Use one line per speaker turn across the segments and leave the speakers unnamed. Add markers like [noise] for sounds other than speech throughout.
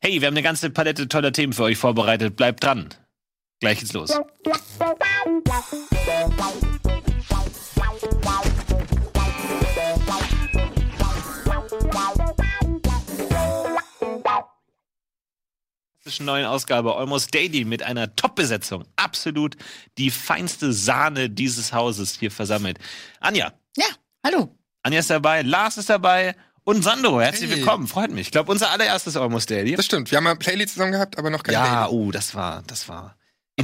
Hey, wir haben eine ganze Palette toller Themen für euch vorbereitet. Bleibt dran. Gleich geht's los. fantastischen neuen Ausgabe Almost Daily mit einer Top-Besetzung. Absolut die feinste Sahne dieses Hauses hier versammelt. Anja,
Ja, hallo.
Anja ist dabei, Lars ist dabei und Sandro, herzlich
Hey.
willkommen. Freut mich. Ich glaube, unser allererstes Almost Daily.
Das stimmt. Wir haben mal ein Playlist zusammen gehabt, aber noch kein
ja,
Daily.
oh, das war, das war.
Aber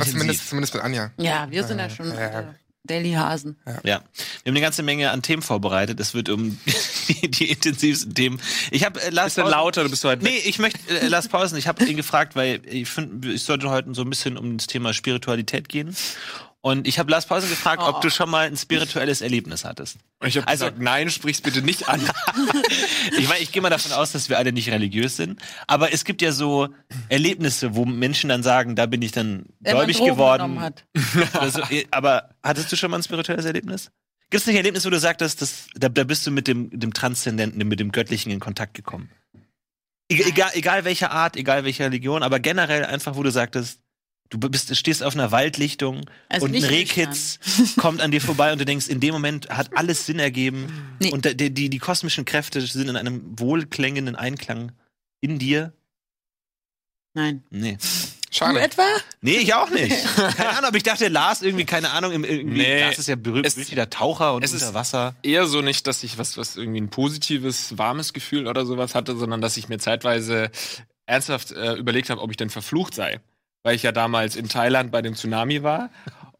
intensiv.
zumindest, zumindest mit Anja.
Ja, wir sind ja schon äh, Daily Hasen.
Ja, wir haben eine ganze Menge an Themen vorbereitet. Es wird um [laughs] die, die intensivsten Themen. Ich habe äh, Lars
Bist du laut oder bist du halt
Nee, ich möchte äh, Lars pausen. Ich habe ihn gefragt, weil ich finde, es sollte heute so ein bisschen um das Thema Spiritualität gehen. Und ich habe Lars Pausen gefragt,
Oh.
ob du schon mal ein spirituelles Erlebnis hattest.
Und ich habe
Also-
gesagt, nein, sprich's bitte nicht an.
[laughs] Ich meine, ich gehe mal davon aus, dass wir alle nicht religiös sind, aber es gibt ja so Erlebnisse, wo Menschen dann sagen, da bin ich dann
Wenn man
gläubig
Drogen
geworden.
genommen Hat.
Oder
[laughs]
so. äh, Aber hattest du schon mal ein spirituelles Erlebnis? Gibt es nicht Erlebnisse, wo du sagtest, das, da, da bist du mit dem, dem Transzendenten, mit dem Göttlichen in Kontakt gekommen? E egal, egal welcher Art, egal welcher Religion, aber generell einfach, wo du sagtest, du bist, stehst auf einer Waldlichtung
Also
und ein
nicht [laughs]
Rehkitz kommt an dir vorbei und du denkst, in dem Moment hat alles Sinn ergeben
Mm. Nee.
und da- die, die, die kosmischen Kräfte sind in einem wohlklingenden Einklang in dir.
Nein.
Nee.
Du
Schade.
etwa?
Nee, ich auch nicht. [laughs] Keine Ahnung, aber ich dachte, Lars irgendwie, keine Ahnung, im- irgendwie,
Nee.
Lars ist ja berühmt,
Es-
berüchtigter Taucher und
es ist-
unter Wasser.
Eher so nicht, dass ich was, was irgendwie ein positives, warmes Gefühl oder sowas hatte, sondern dass ich mir zeitweise ernsthaft äh, überlegt habe, ob ich denn verflucht sei. Weil ich ja damals in Thailand bei dem Tsunami war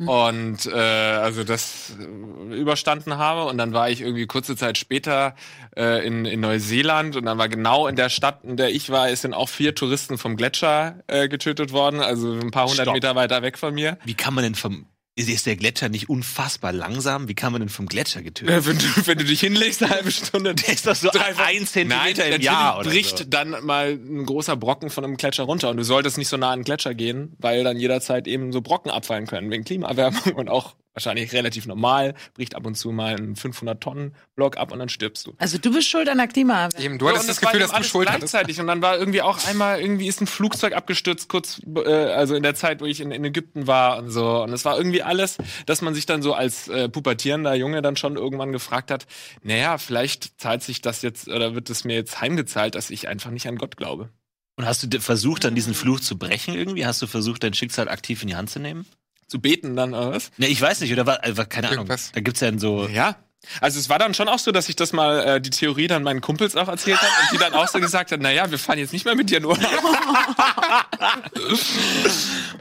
Mhm.
und äh, also das äh, überstanden habe. Und dann war ich irgendwie kurze Zeit später äh, in, in Neuseeland und dann war genau in der Stadt, in der ich war, ist dann auch vier Touristen vom Gletscher äh, getötet worden, also ein paar hundert
Stopp.
Meter weiter weg von mir.
Wie kann man denn vom, ist- ist der Gletscher nicht unfassbar langsam? Wie kann man denn vom Gletscher getötet?
Äh, Wenn du, wenn du dich hinlegst, eine halbe Stunde.
Der [laughs] ist doch so
Dreifach-
ein Zentimeter im
natürlich
Jahr oder
bricht
so.
dann mal ein großer Brocken von einem Gletscher runter und du solltest nicht so nah an den Gletscher gehen, weil dann jederzeit eben so Brocken abfallen können wegen Klimaerwärmung [laughs] und auch wahrscheinlich relativ normal bricht ab und zu mal ein 500 Tonnen Block ab und dann stirbst du.
Also du bist schuld an der Klimaerwärmung.
Eben, du hattest
und
das
war eben
Gefühl, dass du
alles
Schuld hattest.
gleichzeitig und dann war irgendwie auch einmal irgendwie ist ein Flugzeug abgestürzt kurz äh, also in der Zeit, wo ich in, in Ägypten war und so und es war irgendwie alles, dass man sich dann so als äh, pubertierender Junge dann schon irgendwann gefragt hat, naja, vielleicht zahlt sich das jetzt oder wird es mir jetzt heimgezahlt, dass ich einfach nicht an Gott glaube.
Und hast du d- versucht, dann diesen Fluch zu brechen irgendwie? Hast du versucht, dein Schicksal aktiv in die Hand zu nehmen?
Zu beten dann oder was?
Ne, ich weiß nicht, oder war, also, keine Ahnung.
Irgendwas.
Da gibt's ja dann so,
Ja. Also es war dann schon auch so, dass ich das mal äh, die Theorie dann meinen Kumpels auch erzählt habe und die dann auch so gesagt haben, naja, wir fahren jetzt nicht mehr mit dir in Urlaub.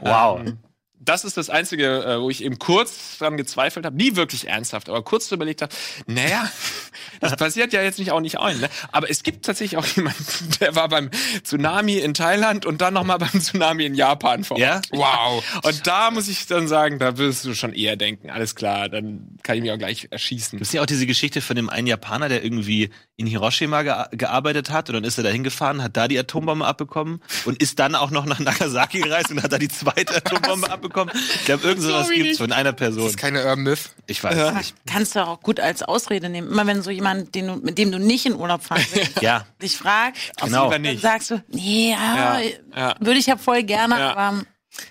wow.
Genau.
Mhm.
das ist das Einzige, äh, wo ich eben kurz dran gezweifelt habe, nie wirklich ernsthaft, aber kurz überlegt habe,
[laughs]
naja, das passiert ja jetzt nicht auch nicht allen. Ne? Aber es gibt tatsächlich auch [laughs] jemanden, der war beim Tsunami in Thailand und dann nochmal beim Tsunami in Japan vor. Ort.
Ja?
Wow. Und da muss ich dann sagen, da würdest du schon eher denken, alles klar, dann kann ich mich auch gleich erschießen.
Gibt's nicht auch diese Geschichte von dem einen Japaner, der irgendwie in Hiroshima gea- gearbeitet hat und dann ist er da hingefahren, hat da die Atombombe abbekommen und ist dann auch noch nach Nagasaki gereist und hat da die zweite
[laughs]
Atombombe abbekommen? Ich glaube, irgend sowas gibt's von einer
Das
Person.
ist keine Urban Myth.
Ich weiß es nicht.
Kannst du auch gut als Ausrede nehmen. Immer wenn so jemand, den du, mit dem du nicht in Urlaub fahren
[laughs]
willst,
Ja.
dich fragt,
Genau.
Lieber
dann
nicht.
sagst du, nee, ja,
Ja, ja.
würde ich ja voll gerne,
Ja.
aber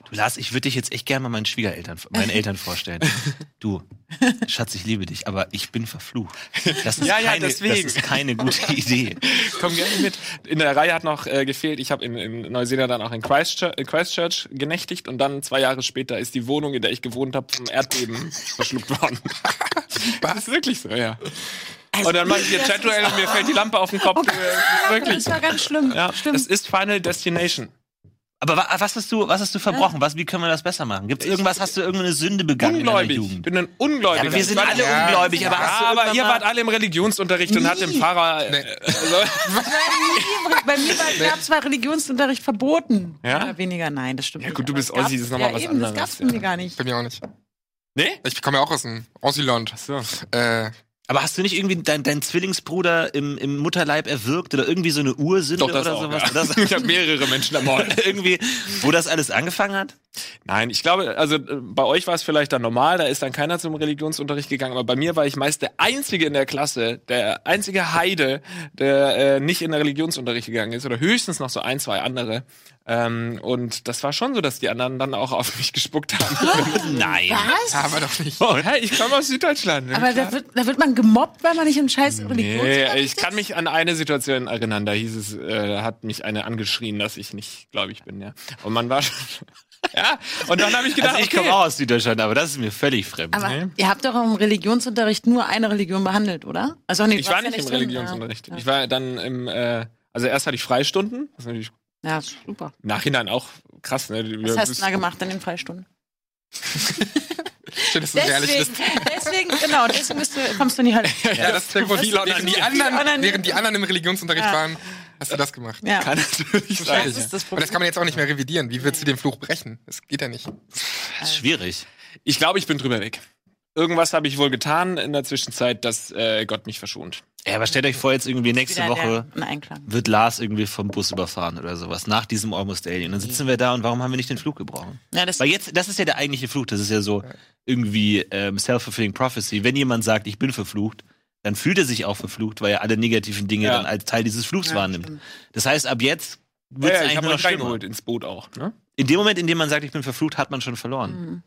Du, Lars, ich würde dich jetzt echt gerne mal meinen Schwiegereltern, meinen Eltern vorstellen. Du, Schatz, ich liebe dich, aber ich bin verflucht. Das ist,
Ja, ja,
keine, das
deswegen.
ist keine gute Idee.
Komm gerne mit. In der Reihe hat noch äh, gefehlt, ich habe in, in Neuseeland dann auch in Christchurch, in Christchurch genächtigt und dann zwei Jahre später ist die Wohnung, in der ich gewohnt habe, vom
[laughs]
Erdbeben verschluckt worden. das ist wirklich so, ja.
Also,
Und dann mache ich hier
das ist-
Chatwell und mir fällt die Lampe auf den
Oh
Kopf. Das ist wirklich.
das war ganz schlimm.
Ja,
Stimmt.
es ist Final Destination.
Aber wa- was hast du, was hast du verbrochen? Was, wie können wir das besser machen? Gibt's irgendwas, hast du irgendeine Sünde begangen
Ungläubig.
in deiner
Ich
Jugend?
bin ein Ungläubiger.
Ja, aber wir sind
Ich war-
alle ungläubig, aber hast du
ja, aber
irgendwann
ihr
mal-
wart alle im Religionsunterricht und hat dem Pfarrer.
Nee.
Äh, [laughs] also,
Bei mir
[laughs]
gab es war Religionsunterricht verboten.
Ja?
Mehr Oder weniger, nein, das stimmt.
Ja,
nicht,
gut, du
aber
bist
es gab-
Ossi, das ist noch mal was
eben, Das
anderes,
gab's bei
ja.
mir gar nicht.
Bei mir auch nicht.
nee?
Ich komme ja auch aus dem Ossiland.
So.
Äh,
Aber hast du nicht irgendwie dein, dein Zwillingsbruder im, im Mutterleib erwürgt oder irgendwie so eine Ursünde
Doch, das
oder
auch, [laughs]
sowas? [laughs]
ja.
Das, [laughs]
Ich habe mehrere Menschen ermordet.
irgendwie, wo das alles angefangen hat?
Nein, ich glaube, also äh, bei euch war es vielleicht dann normal, da ist dann keiner zum Religionsunterricht gegangen, aber bei mir war ich meist der Einzige in der Klasse, der einzige Heide, der äh, nicht in den Religionsunterricht gegangen ist oder höchstens noch so ein, zwei andere. Ähm, und das war schon so, dass die anderen dann auch auf mich gespuckt
[laughs]
haben.
Nein.
Was?
Aber doch nicht.
oh, hey, ich komme aus Süddeutschland. ne?
Aber da wird, da wird man gemobbt, weil man nicht im scheiß Religionsunterricht
Nee, ich
ist?
kann mich an eine Situation erinnern, da hieß es, äh, da hat mich eine angeschrien, dass ich nicht gläubig bin, ja. Und man war schon, [laughs] ja, und dann habe ich gedacht,
Also ich komme
Genau, okay,
auch aus Süddeutschland, aber das ist mir völlig fremd.
Aber
Nee.
ihr habt doch im Religionsunterricht nur eine Religion behandelt, oder? Also nee, du
ich
warst
war nicht
ja
im
drin,
Religionsunterricht.
Ja.
Ich war dann im, äh, also erst hatte ich Freistunden, das ist natürlich
Ja, ja super.
im Nachhinein auch krass, ne?
Was
Wir-
hast du da gemacht in den Freistunden?
Schön, dass du so ehrlich bist.
Deswegen, [laughs] deswegen, genau, deswegen bist du, kommst du in die Hölle.
Ja, das ist der Grund.
Was-
Während die,
die
anderen,
anderen-
während die anderen im Religionsunterricht
Ja.
waren, hast du das gemacht.
Ja.
[laughs] Kann natürlich sein.
das ist das
Aber
Problem.
das kann man jetzt auch nicht mehr revidieren. Wie willst du den Fluch brechen? Das geht ja nicht.
Das
äh,
ist schwierig.
Ich glaube, ich bin drüber weg. Irgendwas habe ich wohl getan in der Zwischenzeit, dass äh, Gott mich verschont.
Ja, aber stellt euch vor, jetzt irgendwie nächste
Wieder
Woche
der- Ein Einklang.
wird Lars irgendwie vom Bus überfahren oder sowas, nach diesem Almost Alien. Dann sitzen wir da und warum haben wir nicht den Flug gebrochen?
Ja, das,
Weil jetzt, das ist ja der eigentliche Fluch, das ist ja so irgendwie ähm, self-fulfilling prophecy. Wenn jemand sagt, ich bin verflucht, dann fühlt er sich auch verflucht, weil er alle negativen Dinge
Ja.
dann als Teil dieses Fluchs
Ja,
wahrnimmt.
stimmt.
Das heißt, ab jetzt wird es
Ja, ja,
eigentlich
ich habe
nur noch
euch
schlimmer.
reingeholt ins Boot auch. Ne?
In dem Moment, in dem man sagt, ich bin verflucht, hat man schon verloren.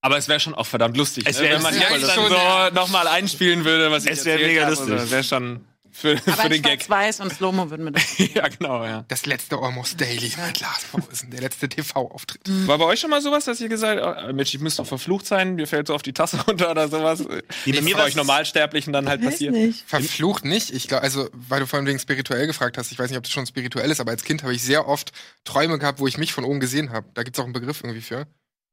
Aber es wäre schon auch verdammt lustig,
Es
ne?
wär
wenn man
super
jetzt dann
lustig.
so nochmal einspielen würde, was ich
Es wär
erzählt
mega
hab.
lustig.
Also, wäre schon für,
aber
für den Gag.
weiß und Slomo würden wir das.
[laughs] ja, genau, ja.
Das letzte Almost Daily mit Lars Pausen, der letzte TV-Auftritt.
Mhm.
War bei euch schon mal sowas, dass ihr gesagt habt, oh, Mensch, ich müsste doch verflucht sein, mir fällt so auf die Tasse [laughs] runter oder sowas?
Nee,
bei mir war euch Normalsterblichen dann halt passiert.
nicht.
Verflucht nicht. Ich glaube, also, weil du vorhin wegen spirituell gefragt hast, ich weiß nicht, ob das schon spirituell ist, aber als Kind habe ich sehr oft Träume gehabt, wo ich mich von oben gesehen habe. Da gibt es auch einen Begriff irgendwie für.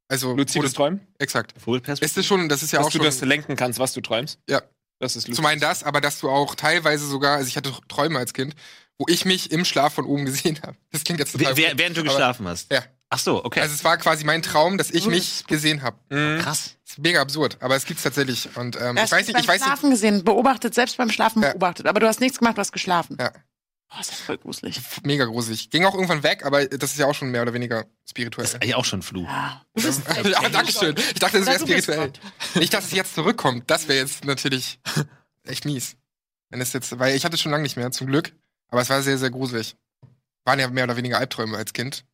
Also, wo
Luzides
das-
Träumen,
exakt. Ist
Vogelperspektive.
das schon, das ist ja
dass
auch
du
schon.
das lenken kannst, was du träumst.
Ja.
Das ist
Zum einen das, aber dass du auch teilweise sogar, also ich hatte Träume als Kind, wo ich mich im Schlaf von oben gesehen habe. Das klingt jetzt total.
Wer- wer- Während du
aber-
geschlafen hast.
Ja.
Ach so, okay.
Also es war quasi mein Traum, dass ich mich gesehen habe.
Mhm.
Krass.
Ist mega absurd, aber es gibt's tatsächlich. Und ähm,
Das
ich weiß nicht,
beim
ich weiß nicht.
Schlafen gesehen, beobachtet, selbst beim Schlafen
Ja.
beobachtet. Aber du hast nichts gemacht, du hast geschlafen.
Ja,
Oh, ist das voll gruselig.
mega gruselig. Ging auch irgendwann weg, aber das ist ja auch schon mehr oder weniger spirituell.
Das ist eigentlich auch schon ein Fluch.
Ja. Du bist
[laughs] ja, Dankeschön. Ich dachte, das
Na,
wäre
du bist
spirituell. Nicht, dass es jetzt zurückkommt. Das wäre jetzt natürlich [laughs] echt mies. Wenn es jetzt, weil ich hatte es schon lange nicht mehr, zum Glück. Aber es war sehr, sehr gruselig. Waren ja mehr oder weniger Albträume als Kind.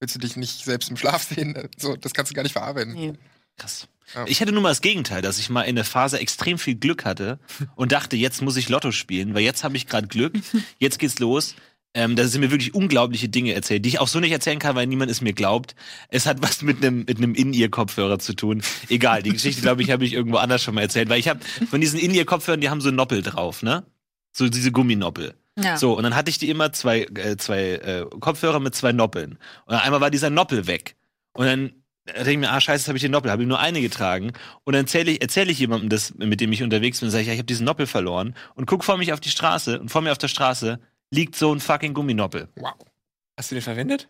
Willst du dich nicht selbst im Schlaf [laughs] sehen? So, das kannst du gar nicht verarbeiten.
Nee.
Krass.
Ja.
Ich hatte nur mal das Gegenteil, dass ich mal in der Phase extrem viel Glück hatte und dachte, jetzt muss ich Lotto spielen, weil jetzt habe ich gerade Glück, jetzt geht's los. Ähm, da sind mir wirklich unglaubliche Dinge erzählt, die ich auch so nicht erzählen kann, weil niemand es mir glaubt. Es hat was mit einem mit einem In-Ear-Kopfhörer zu tun. Egal, die Geschichte, glaube ich, habe ich irgendwo anders schon mal erzählt, weil ich habe von diesen In-Ear-Kopfhörern, die haben so Noppel drauf, ne? So diese Gumminoppel.
Ja.
So, und dann hatte ich die immer zwei, äh, zwei äh, Kopfhörer mit zwei Noppeln. Und einmal war dieser Noppel weg. Und dann denke ich mir, ah, scheiße, jetzt habe ich den Noppel, habe ihm nur eine getragen. Und dann erzähle ich, erzähl ich jemandem das, mit dem ich unterwegs bin, sage ich, ja, ich habe diesen Noppel verloren und guck vor mich auf die Straße und vor mir auf der Straße liegt so ein fucking Gumminoppel.
Wow.
Hast du den verwendet?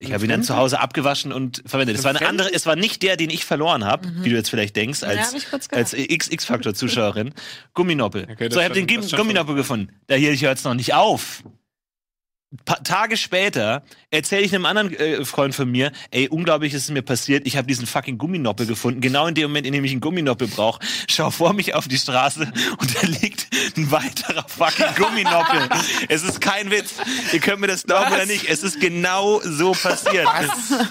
Ich habe ihn
Mhm.
dann zu Hause abgewaschen und verwendet. Es war eine andere, es war nicht der, den ich verloren habe, wie du jetzt vielleicht denkst,
Mhm. ja,
als
hab ich kurz
[laughs] als
gedacht.
XX-Faktor-Zuschauerin. Gumminoppel.
Okay, das
so, ich habe den
schon-
Gim-
das schon
Gumminoppel gefunden. Da hier, ich höre jetzt noch nicht auf. Pa Tage später erzähle ich einem anderen äh, Freund von mir, ey, unglaublich ist es mir passiert, ich habe diesen fucking Gumminoppel gefunden, genau in dem Moment, in dem ich einen Gumminoppel brauche. Schau vor mich auf die Straße und da liegt ein weiterer fucking Gumminoppel.
[laughs]
es ist kein Witz. Ihr könnt mir das glauben oder nicht. Es ist genau so passiert.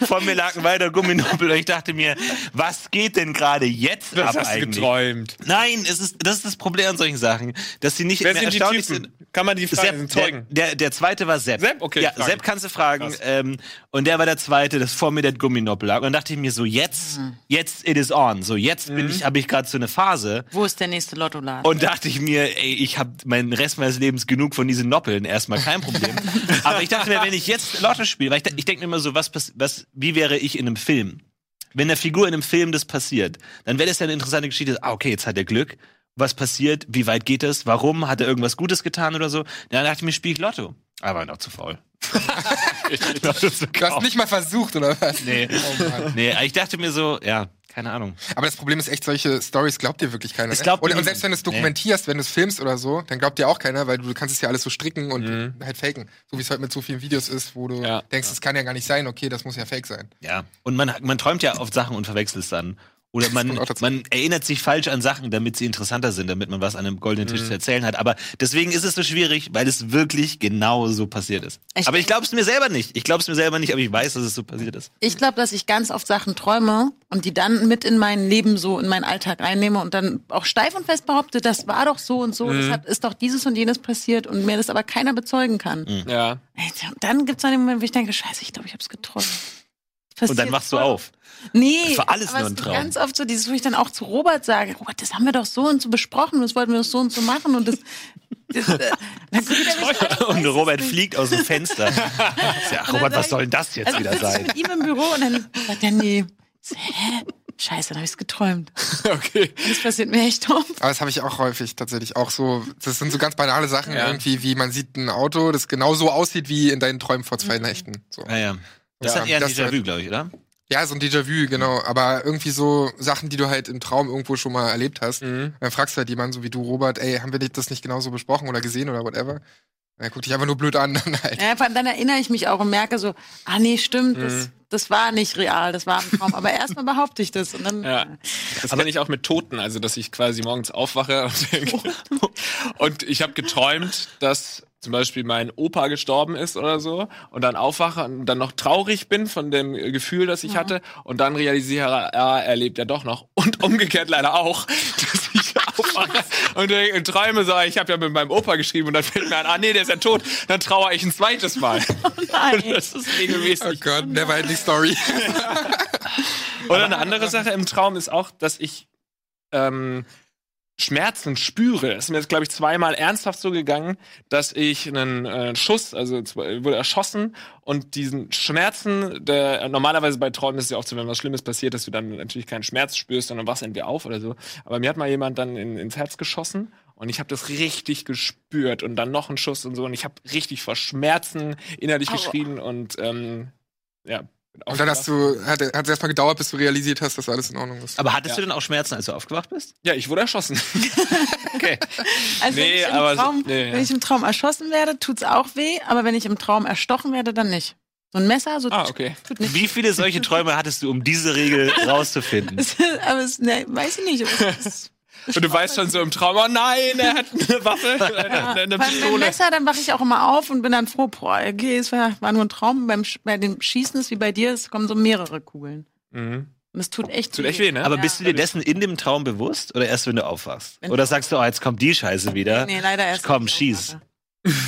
Vor mir lag ein weiterer Gumminoppel und ich dachte mir, was geht denn gerade jetzt
Das
ab
hast du
eigentlich?
geträumt.
Nein, es ist, das ist das Problem an solchen Sachen, dass sie nicht
Wer
mehr
sind die
erstaunlich
Typen?
sind.
Kann man die fragen?
Sepp,
Sind
der,
Zeugen?
der, der zweite war Sepp.
Sepp? Okay,
Ja,
frage.
Sepp kannst du fragen.
Krass.
Ähm, und der war der zweite, das vor mir der Gumminoppel lag. Und dann dachte ich mir so, jetzt, jetzt it is on. So, jetzt
Mhm.
bin ich, habe ich gerade so eine Phase.
Wo ist der nächste Lottoladen?
Und dachte ich mir, ey, ich habe meinen Rest meines Lebens genug von diesen Noppeln, erstmal kein
[laughs]
Problem. Aber ich dachte mir, wenn ich jetzt Lotto spiele, weil ich, ich denke mir immer so, was, pass- was, wie wäre ich in einem Film? Wenn der Figur in einem Film das passiert, dann wäre das ja eine interessante Geschichte. Ah, okay, jetzt hat er Glück. Was passiert?
[laughs]
Wie weit geht das? Warum? Hat er irgendwas Gutes getan oder so? Dann dachte ich mir, spiele ich Lotto. Aber noch zu faul. [laughs] Ich glaub, das ist
Du hast nicht mal versucht, oder was?
Nee.
Oh Mann.
Nee, ich dachte mir so, ja, keine Ahnung.
Aber das Problem ist echt, solche Stories glaubt dir wirklich keiner.
Es
ne?
glaubt
und, und
niemand.
selbst wenn du es
Nee.
dokumentierst, wenn du es filmst oder so, dann glaubt dir auch keiner, weil du kannst es ja alles so stricken und
Mhm.
halt faken. So wie es heute mit so vielen Videos ist, wo du
Ja.
denkst, es kann ja gar nicht sein, okay, das muss ja fake sein.
Ja. Und man, man träumt ja oft Sachen und verwechselt es dann. Oder man,
kommt auch dazu.
man erinnert sich falsch an Sachen, damit sie interessanter sind, damit man was an einem goldenen
Mhm.
Tisch zu erzählen hat. Aber deswegen ist es so schwierig, weil es wirklich genau so passiert ist.
Ich-
aber ich glaube es mir selber nicht. Ich glaube es mir selber nicht, aber ich weiß, dass es so passiert ist.
Ich glaube, dass ich ganz oft Sachen träume und die dann mit in mein Leben so, in meinen Alltag reinnehme und dann auch steif und fest behaupte, das war doch so und so,
Mhm.
das hat, ist doch dieses und jenes passiert und mir das aber keiner bezeugen kann.
Mhm.
Ja.
Ey, Dann gibt es einen Moment, wo ich denke, scheiße, ich glaube, ich habe es geträumt.
Und dann machst du
auf.
auf.
Nee,
Das war alles
aber
nur
es
ein
ist
Traum.
ganz oft so dieses, wo ich dann auch zu Robert sage, Robert, das haben wir doch so und so besprochen, das wollten wir doch so und so machen
[laughs]
und das... das äh, dann guckt er mich an,
Und
weiß
Robert
es nicht.
fliegt aus dem
[laughs]
Fenster. ja, Robert, was soll denn das jetzt
Also ich
wieder
sitze
sein?
mit ihm im Büro und dann sagt er, nee. Ich so, Hä? Scheiße, dann habe ich es geträumt.
[laughs] Okay.
Das passiert mir echt oft.
Aber das habe ich auch häufig tatsächlich auch so. Das sind so ganz banale Sachen
Ja.
irgendwie, wie man sieht ein Auto, das genau so aussieht wie in deinen Träumen vor zwei Nächten. So.
Ah, ja. Das
Ja,
hat eher ein
das-
Déjà-vu, glaube ich, oder?
Ja, so ein Déjà-vu, genau. Aber irgendwie so Sachen, die du halt im Traum irgendwo schon mal erlebt hast.
Mhm.
Dann fragst du halt jemanden, so wie du, Robert, ey, haben wir nicht- das nicht genauso besprochen oder gesehen oder whatever? Und er guckt dich einfach nur blöd an. [laughs] Dann halt.
Ja, vor allem dann erinnere ich mich auch und merke so, ah nee, stimmt,
Mhm.
das, das war nicht real, das war ein Traum. Aber erstmal behaupte ich das und dann...
[laughs] Ja. Das kenne ich auch mit Toten, also dass ich quasi morgens aufwache und [laughs] denke. und ich habe geträumt, dass zum Beispiel mein Opa gestorben ist oder so und dann aufwache und dann noch traurig bin von dem äh, Gefühl, das ich hatte und dann realisiere, ja, er lebt ja doch noch und [laughs] umgekehrt leider auch, dass ich [laughs] aufwache und, denk- und träume so, ich habe ja mit meinem Opa geschrieben und dann fällt mir an, ah nee, der ist ja tot, dann trauere ich ein zweites Mal. [laughs]
Nein.
Das ist regelmäßig.
Oh Gott, never ending story.
Oder eine andere Sache im Traum ist auch, dass ich ähm, Schmerzen spüre. Es ist mir jetzt, glaube ich, zweimal ernsthaft so gegangen, dass ich einen äh, Schuss, also z- wurde erschossen und diesen Schmerzen, der, äh, normalerweise bei Träumen ist es ja auch so, wenn was Schlimmes passiert, dass du dann natürlich keinen Schmerz spürst, sondern wachst entweder auf oder so. Aber mir hat mal jemand dann in, ins Herz geschossen und ich habe das richtig gespürt und dann noch ein Schuss und so und ich habe richtig vor Schmerzen innerlich
Aua.
geschrien und ähm, ja. bin
[laughs] Und dann
aufgewacht.
hast du, hat es erstmal gedauert, bis du realisiert hast, dass alles in Ordnung ist.
Aber hattest
Ja.
du denn auch Schmerzen, als du aufgewacht bist?
Ja, ich
[laughs]
wurde erschossen. okay.
Also
Nee,
wenn, ich im
aber so-
Traum,
nee, ja.
wenn ich im Traum erschossen werde, tut's auch weh, aber wenn ich im Traum erstochen werde, dann nicht. So ein Messer, so
Ah, okay.
tut nicht.
Wie viele solche Träume hattest du, um diese Regel rauszufinden?
[laughs] aber es, ne, weiß ich nicht. Es
[laughs]
ist-
Und du weißt schon so im Traum, oh nein, er hat eine Waffe,
[laughs]
äh,
ja,
eine, eine
beim- beim
Pistole.
Messer, dann wache ich auch immer auf und bin dann froh, boah, okay, es war, war nur ein Traum. Beim, Sch- bei dem Schießen ist wie bei dir, es kommen so mehrere Kugeln.
Mhm.
Und es tut echt
Tut echt weh, ne?
Aber
Ja.
bist du dir dessen in dem Traum bewusst oder erst, wenn du aufwachst?
Wenn
Oder sagst du, oh, jetzt kommt die Scheiße wieder?
Nee, leider erst.
Komm,
wenn ich
schieß.
aufwache.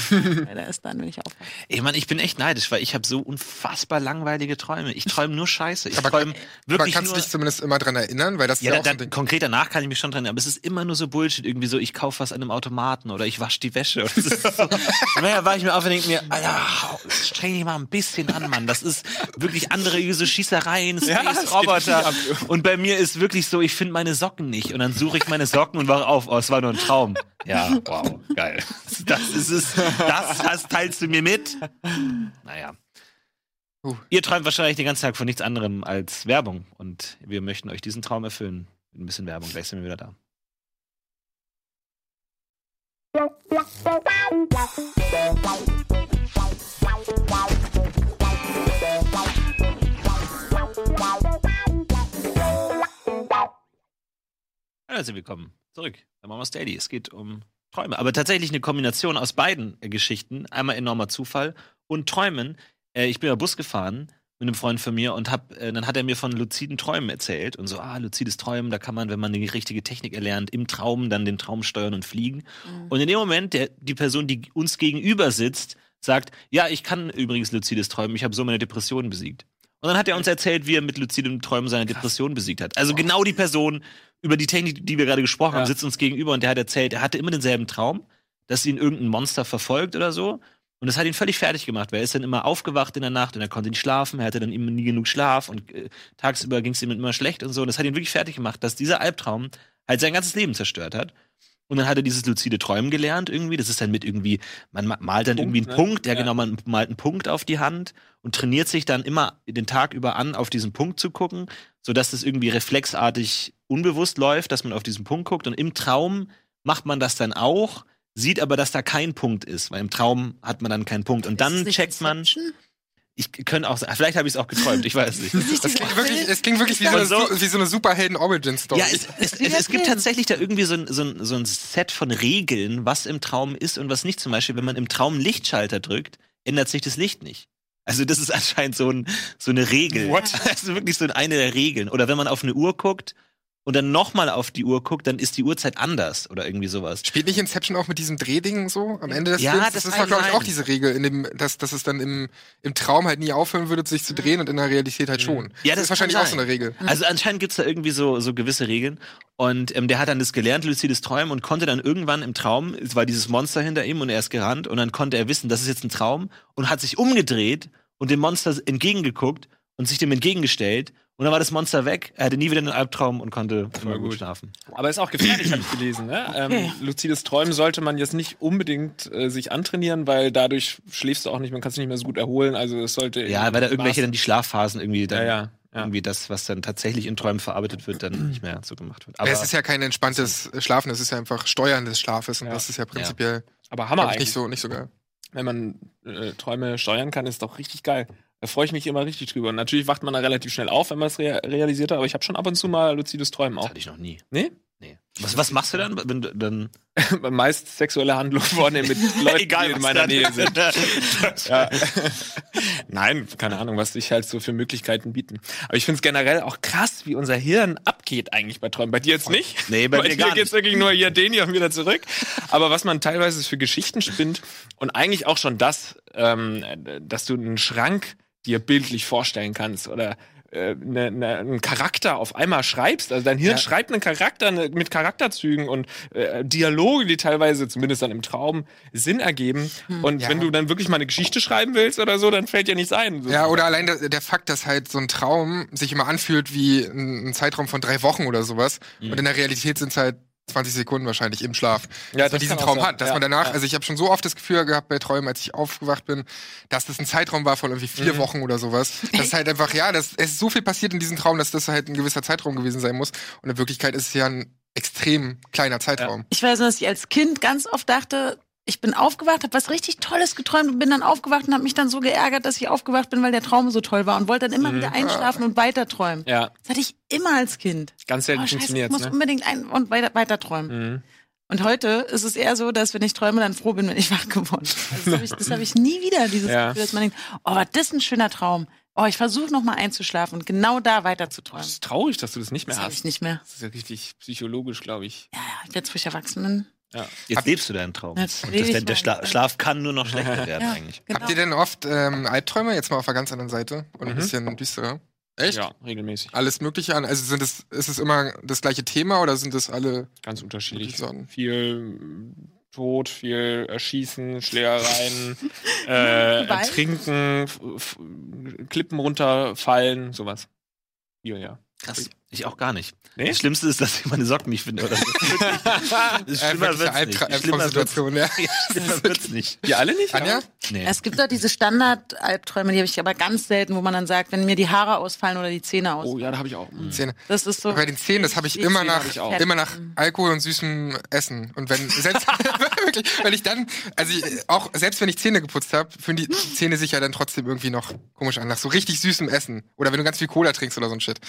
leider erst dann, wenn ich aufwache.
Ich meine, ich bin echt neidisch, weil ich habe so unfassbar langweilige Träume. Ich träume nur Scheiße. Ich
Aber
träume
Aber
wirklich
kannst
nur.
du dich zumindest immer dran erinnern, weil das
ja,
ist
dann,
ja auch so ein
dann,
Ding.
konkret danach kann ich mich schon dran erinnern, aber es ist immer nur so Bullshit, irgendwie so, ich kaufe was an einem Automaten oder ich wasche die Wäsche. Oder so.
[laughs]
naja, war ich mir auf und denke mir, Alter, hau- streng dich mal ein bisschen an, Mann. Das ist wirklich andere so Schießereien, Space,
es geht
Roboter.
richtig ab.
Und bei mir ist wirklich so, ich finde meine Socken nicht. Und dann suche ich meine Socken und wache auf, oh, es war nur ein Traum. Ja, wow, geil. Das ist es. Das, das teilst du mir mit. Naja.
Puh.
Ihr träumt wahrscheinlich den ganzen Tag von nichts anderem als Werbung. Und wir möchten euch diesen Traum erfüllen. Mit ein bisschen Werbung. Gleich sind wir wieder da. Hallo, herzlich willkommen Also, zurück bei Mama's Daily. Es geht um Träume, aber tatsächlich eine Kombination aus beiden äh, Geschichten. Einmal enormer Zufall und Träumen. Äh, ich bin ja Bus gefahren mit einem Freund von mir und hab, äh, dann hat er mir von luziden Träumen erzählt und so, ah, luzides Träumen, da kann man, wenn man die richtige Technik erlernt, im Traum dann den Traum steuern und fliegen. Und in dem Moment, der, die Person, die uns gegenüber sitzt, sagt, ja, ich kann übrigens luzides Träumen, ich habe so meine Depression besiegt. Und dann hat er uns erzählt, wie er mit luzidem Träumen seine Depression besiegt hat. Also genau die Person, über die Technik, die wir gerade gesprochen
Ja.
haben, sitzt uns gegenüber und der hat erzählt, er hatte immer denselben Traum, dass ihn irgendein Monster verfolgt oder so. Und das hat ihn völlig fertig gemacht, weil er ist dann immer aufgewacht in der Nacht und er konnte nicht schlafen, er hatte dann immer nie genug Schlaf und äh, tagsüber ging es ihm immer schlecht und so. Und das hat ihn wirklich fertig gemacht, dass dieser Albtraum halt sein ganzes Leben zerstört hat. Und dann hat er dieses luzide Träumen gelernt irgendwie. Das ist dann mit irgendwie, man ma- malt dann
Punkt,
irgendwie einen
ne?
Punkt, ja,
Ja.
genau, man malt einen Punkt auf die Hand und trainiert sich dann immer den Tag über an, auf diesen Punkt zu gucken, sodass das irgendwie reflexartig unbewusst läuft, dass man auf diesen Punkt guckt. Und im Traum macht man das dann auch, sieht aber, dass da kein Punkt ist, weil im Traum hat man dann keinen Punkt. Und
Ist
dann
es nicht
checkt man,
Inception?
ich könnte auch, vielleicht habe ich es auch geträumt, ich weiß es nicht.
[laughs] Ist es
Das
nicht
klingt
dieser
wirklich,
Film?
es klingt wirklich wie so
Und
eine,
so-
wie so eine Superhelden-Origin-Story.
Ja, es, es,
wie
es,
der
es gibt
Film.
tatsächlich da irgendwie so ein, so, ein, so ein Set von Regeln, was im Traum ist und was nicht. Zum Beispiel, wenn man im Traum einen Lichtschalter drückt, ändert sich das Licht nicht. Also das ist [laughs] anscheinend so, ein, so eine Regel. [laughs]
What?
Das ist wirklich so eine der Regeln. Oder wenn man auf eine Uhr guckt und dann nochmal auf die Uhr guckt, dann ist die Uhrzeit anders oder irgendwie sowas.
Spielt nicht Inception auch mit diesem Drehding so am Ende des
Ja,
Films?
das
ist
kann
doch, glaube ich,
sein.
auch diese Regel, in dem, dass, dass es dann im, im Traum halt nie aufhören würde, sich zu drehen und in der Realität halt schon.
Mhm. Ja, das
ist
kann
wahrscheinlich auch so
sein.
eine Regel.
[laughs] Also anscheinend gibt's da irgendwie so, so gewisse Regeln. Und ähm, der hat dann das gelernt, lucides Träumen, und konnte dann irgendwann im Traum, es war dieses Monster hinter ihm und er ist gerannt, und dann konnte er wissen, das ist jetzt ein Traum, und hat sich umgedreht und dem Monster entgegengeguckt und sich dem entgegengestellt. Und dann war das Monster weg, er hatte nie wieder einen Albtraum und konnte immer gut
gut.
schlafen.
Aber ist auch gefährlich, habe ich gelesen. Ne?
Okay.
Ähm, luzides Träumen sollte man jetzt nicht unbedingt äh, sich antrainieren, weil dadurch schläfst du auch nicht, man kann sich nicht mehr so gut erholen. Also es sollte
Ja,
in
weil da irgendwelche
Maß-
dann die Schlafphasen irgendwie dann.
ja, ja, ja.
Irgendwie das, was dann tatsächlich in Träumen verarbeitet wird, dann nicht mehr so gemacht wird. Aber
es ist ja kein entspanntes äh, Schlafen, es ist ja einfach Steuern des Schlafes und
Ja.
das ist ja prinzipiell
Aber
glaub
Hammer
ich,
eigentlich.
nicht so, nicht so geil.
Wenn man äh, Träume steuern kann, ist doch richtig geil. Da freue ich mich immer richtig drüber. Und natürlich wacht man da relativ schnell auf, wenn man es rea realisiert hat, aber ich habe schon ab und zu mal luzides Träumen
das
auch.
hatte ich noch nie.
Nee?
Nee. Was, was machst du dann, wenn du dann.
Meist sexuelle Handlungen vornehmen mit
[laughs]
Leuten, die in
was
meiner
dann- [laughs]
Nähe sind. Ja. Nein, keine Ahnung, was sich halt so für Möglichkeiten bieten. Aber ich finde es generell auch krass, wie unser Hirn abgeht eigentlich bei Träumen. Bei dir jetzt nicht.
Nee, bei mir gar
geht's wirklich nur hier den hier und wieder zurück. Aber was man teilweise für Geschichten spinnt und eigentlich auch schon das, ähm, dass du einen Schrank dir bildlich vorstellen kannst oder äh, ne, ne, einen Charakter auf einmal schreibst. Also dein Hirn
Ja.
schreibt einen Charakter ne, mit Charakterzügen und äh, Dialoge, die teilweise zumindest dann im Traum Sinn ergeben.
Hm,
Und
Ja.
wenn du dann wirklich mal eine Geschichte schreiben willst oder so, dann fällt dir nichts ein. So.
Ja, oder allein der, der Fakt, dass halt so ein Traum sich immer anfühlt wie ein, ein Zeitraum von drei Wochen oder sowas.
Mhm.
Und in der Realität sind es halt 20 Sekunden wahrscheinlich im Schlaf,
Ja, das
dass man diesen
kann auch
Traum
sein.
hat. Dass
Ja,
man danach,
ja.
also ich habe schon so oft das Gefühl gehabt bei Träumen, als ich aufgewacht bin, dass das ein Zeitraum war von irgendwie vier
Mhm.
Wochen oder sowas. Das ist halt einfach, ja, das, es ist so viel passiert in diesem Traum, dass das halt ein gewisser Zeitraum gewesen sein muss. Und in Wirklichkeit ist es ja ein extrem kleiner Zeitraum.
Ich weiß nur, dass ich als Kind ganz oft dachte, ich bin aufgewacht, habe was richtig Tolles geträumt und bin dann aufgewacht und habe mich dann so geärgert, dass ich aufgewacht bin, weil der Traum so toll war und wollte dann
Mhm.
immer wieder einschlafen und weiterträumen.
Ja,
Das hatte ich immer als Kind. Oh,
ganz selten
scheiße, ich
funktioniert
muss um-
ne? Mhm.
unbedingt ein und weiter, weiterträumen. Und heute ist es eher so, dass wenn ich träume, dann froh bin, wenn ich [laughs] wach geworden bin. Also das habe ich, das hab ich nie wieder, dieses
Ja.
Gefühl, dass man denkt, oh, war das ein schöner Traum. Oh, ich versuche nochmal einzuschlafen und genau da
Das
weiterzuträumen.
ist traurig, dass du das nicht mehr
Das habe
hast.
ich nicht mehr.
Das ist ja richtig psychologisch, glaube ich.
Ja, ja, jetzt, wo ich erwachsen bin.
Jetzt lebst du deinen Traum.
Jetzt
Und
lebe
das,
ich
der, der
meinen
Schla Schlaf kann nur noch schlechter werden
Ja.
eigentlich.
Genau.
Habt ihr denn oft ähm, Albträume? Jetzt mal auf der ganz anderen Seite und
Mhm.
ein bisschen düsterer. Echt?
Ja, regelmäßig.
Alles Mögliche an. Also sind es, ist es immer das gleiche Thema oder sind es alle
Ganz unterschiedlich.
Sorten?
Viel mm, Tod, viel
[laughs]
Erschießen, Schlägereien, äh,
Gewalt.
Ertrinken, f- f- Klippen runterfallen, sowas. Viel, ja.
Krass. Ich auch gar nicht.
Nee?
Das Schlimmste ist, dass ich meine Socken nicht finde. Oder so. Das
[laughs]
ist schlimmer wird's
äh, wirkliche
nicht.
Albtra-
Schlimmer wird's,
Albtraumsituation, ja.
[laughs] schlimmer wird's nicht.
Ihr alle nicht?
Anja?
Nee.
Es gibt auch diese Standard-Albträume, die habe ich aber ganz selten, wo man dann sagt, wenn mir die Haare ausfallen oder die Zähne aus.
Oh ja, da habe ich auch.
Hm.
mm.
Zähne.
Das ist so.
Bei den Zähnen, das habe ich
Die
immer
Zähne
nach,
hab ich auch.
immer nach Alkohol und süßem Essen.
[laughs]
Und wenn, selbst, [laughs] wirklich, wenn ich dann, also ich, auch, selbst wenn ich Zähne geputzt habe, fühlen die Zähne sich ja dann trotzdem irgendwie noch komisch an, nach so richtig süßem Essen. Oder wenn du ganz viel Cola trinkst oder so ein Shit.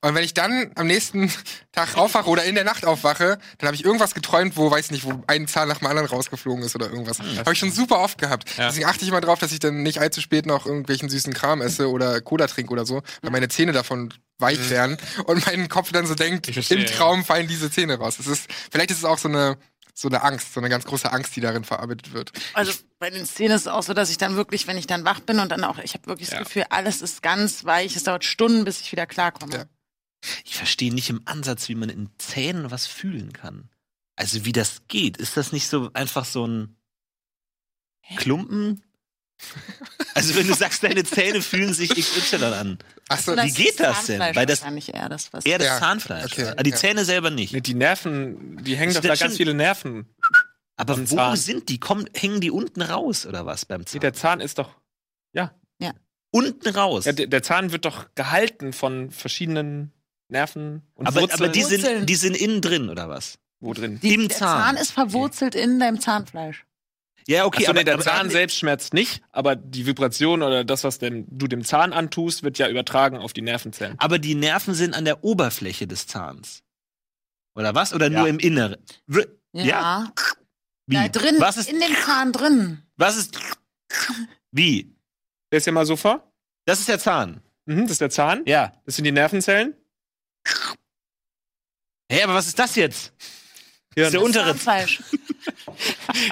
Und wenn ich dann am nächsten Tag aufwache oder in der Nacht aufwache, dann habe ich irgendwas geträumt, wo, weiß nicht, wo ein Zahn nach dem anderen rausgeflogen ist oder irgendwas. Habe ich schon super oft gehabt. Deswegen achte ich immer drauf, dass ich dann nicht allzu spät noch irgendwelchen süßen Kram esse oder Cola trinke oder so,
Mhm.
weil meine Zähne davon weich werden und mein Kopf dann so denkt,
Ich verstehe,
im Traum fallen diese Zähne raus. Es ist, vielleicht ist es auch so eine, so eine Angst, so eine ganz große Angst, die darin verarbeitet wird.
Also bei den Szenen ist es auch so, dass ich dann wirklich, wenn ich dann wach bin und dann auch, ich habe wirklich
Ja.
das Gefühl, alles ist ganz weich. Es dauert Stunden, bis ich wieder klarkomme.
Ja.
Ich verstehe nicht im Ansatz, wie man in Zähnen was fühlen kann. Also wie das geht. Ist das nicht so einfach so ein Klumpen? Also wenn du sagst, deine Zähne fühlen sich XY an.
Achso,
Nein. Wie geht das denn? Weil
Weil
das-
das wahrscheinlich eher das, was.
Eher das
Ja,
Zahnfleisch.
okay,
aber die
ja.
Zähne selber nicht.
Die Nerven, die hängen
Ist
doch
das
da ganz
schon-
viele Nerven.
Aber
Ein
wo
Zahn.
sind die? Kommen, hängen die unten raus oder was beim
Nee,
Zahn?
der Zahn ist doch.
unten raus.
Ja, der, der Zahn wird doch gehalten von verschiedenen Nerven und
aber,
Wurzeln.
aber die, sind,
Wurzeln.
die sind innen drin oder was?
wo drin?
Die,
Im
der
Zahn.
Zahn ist verwurzelt in deinem Zahnfleisch.
Ja, okay,
Achso,
aber
nee, Also der
aber,
Zahn selbst schmerzt nicht, aber die Vibration oder das, was dem, du dem Zahn antust, wird ja übertragen auf die Nervenzellen.
aber die Nerven sind an der Oberfläche des Zahns. Oder was? Oder
Ja.
nur im Inneren? W- Ja. Wie?
Da drin,
was, ist,
in dem Zahn drin.
was ist. Wie?
Stell dir mal so vor.
Das ist der Zahn.
Mhm, das ist der Zahn.
Ja.
Das sind die Nervenzellen.
Hä, aber was ist das jetzt? Das
Hirn.
ist der untere
Zahnfleisch.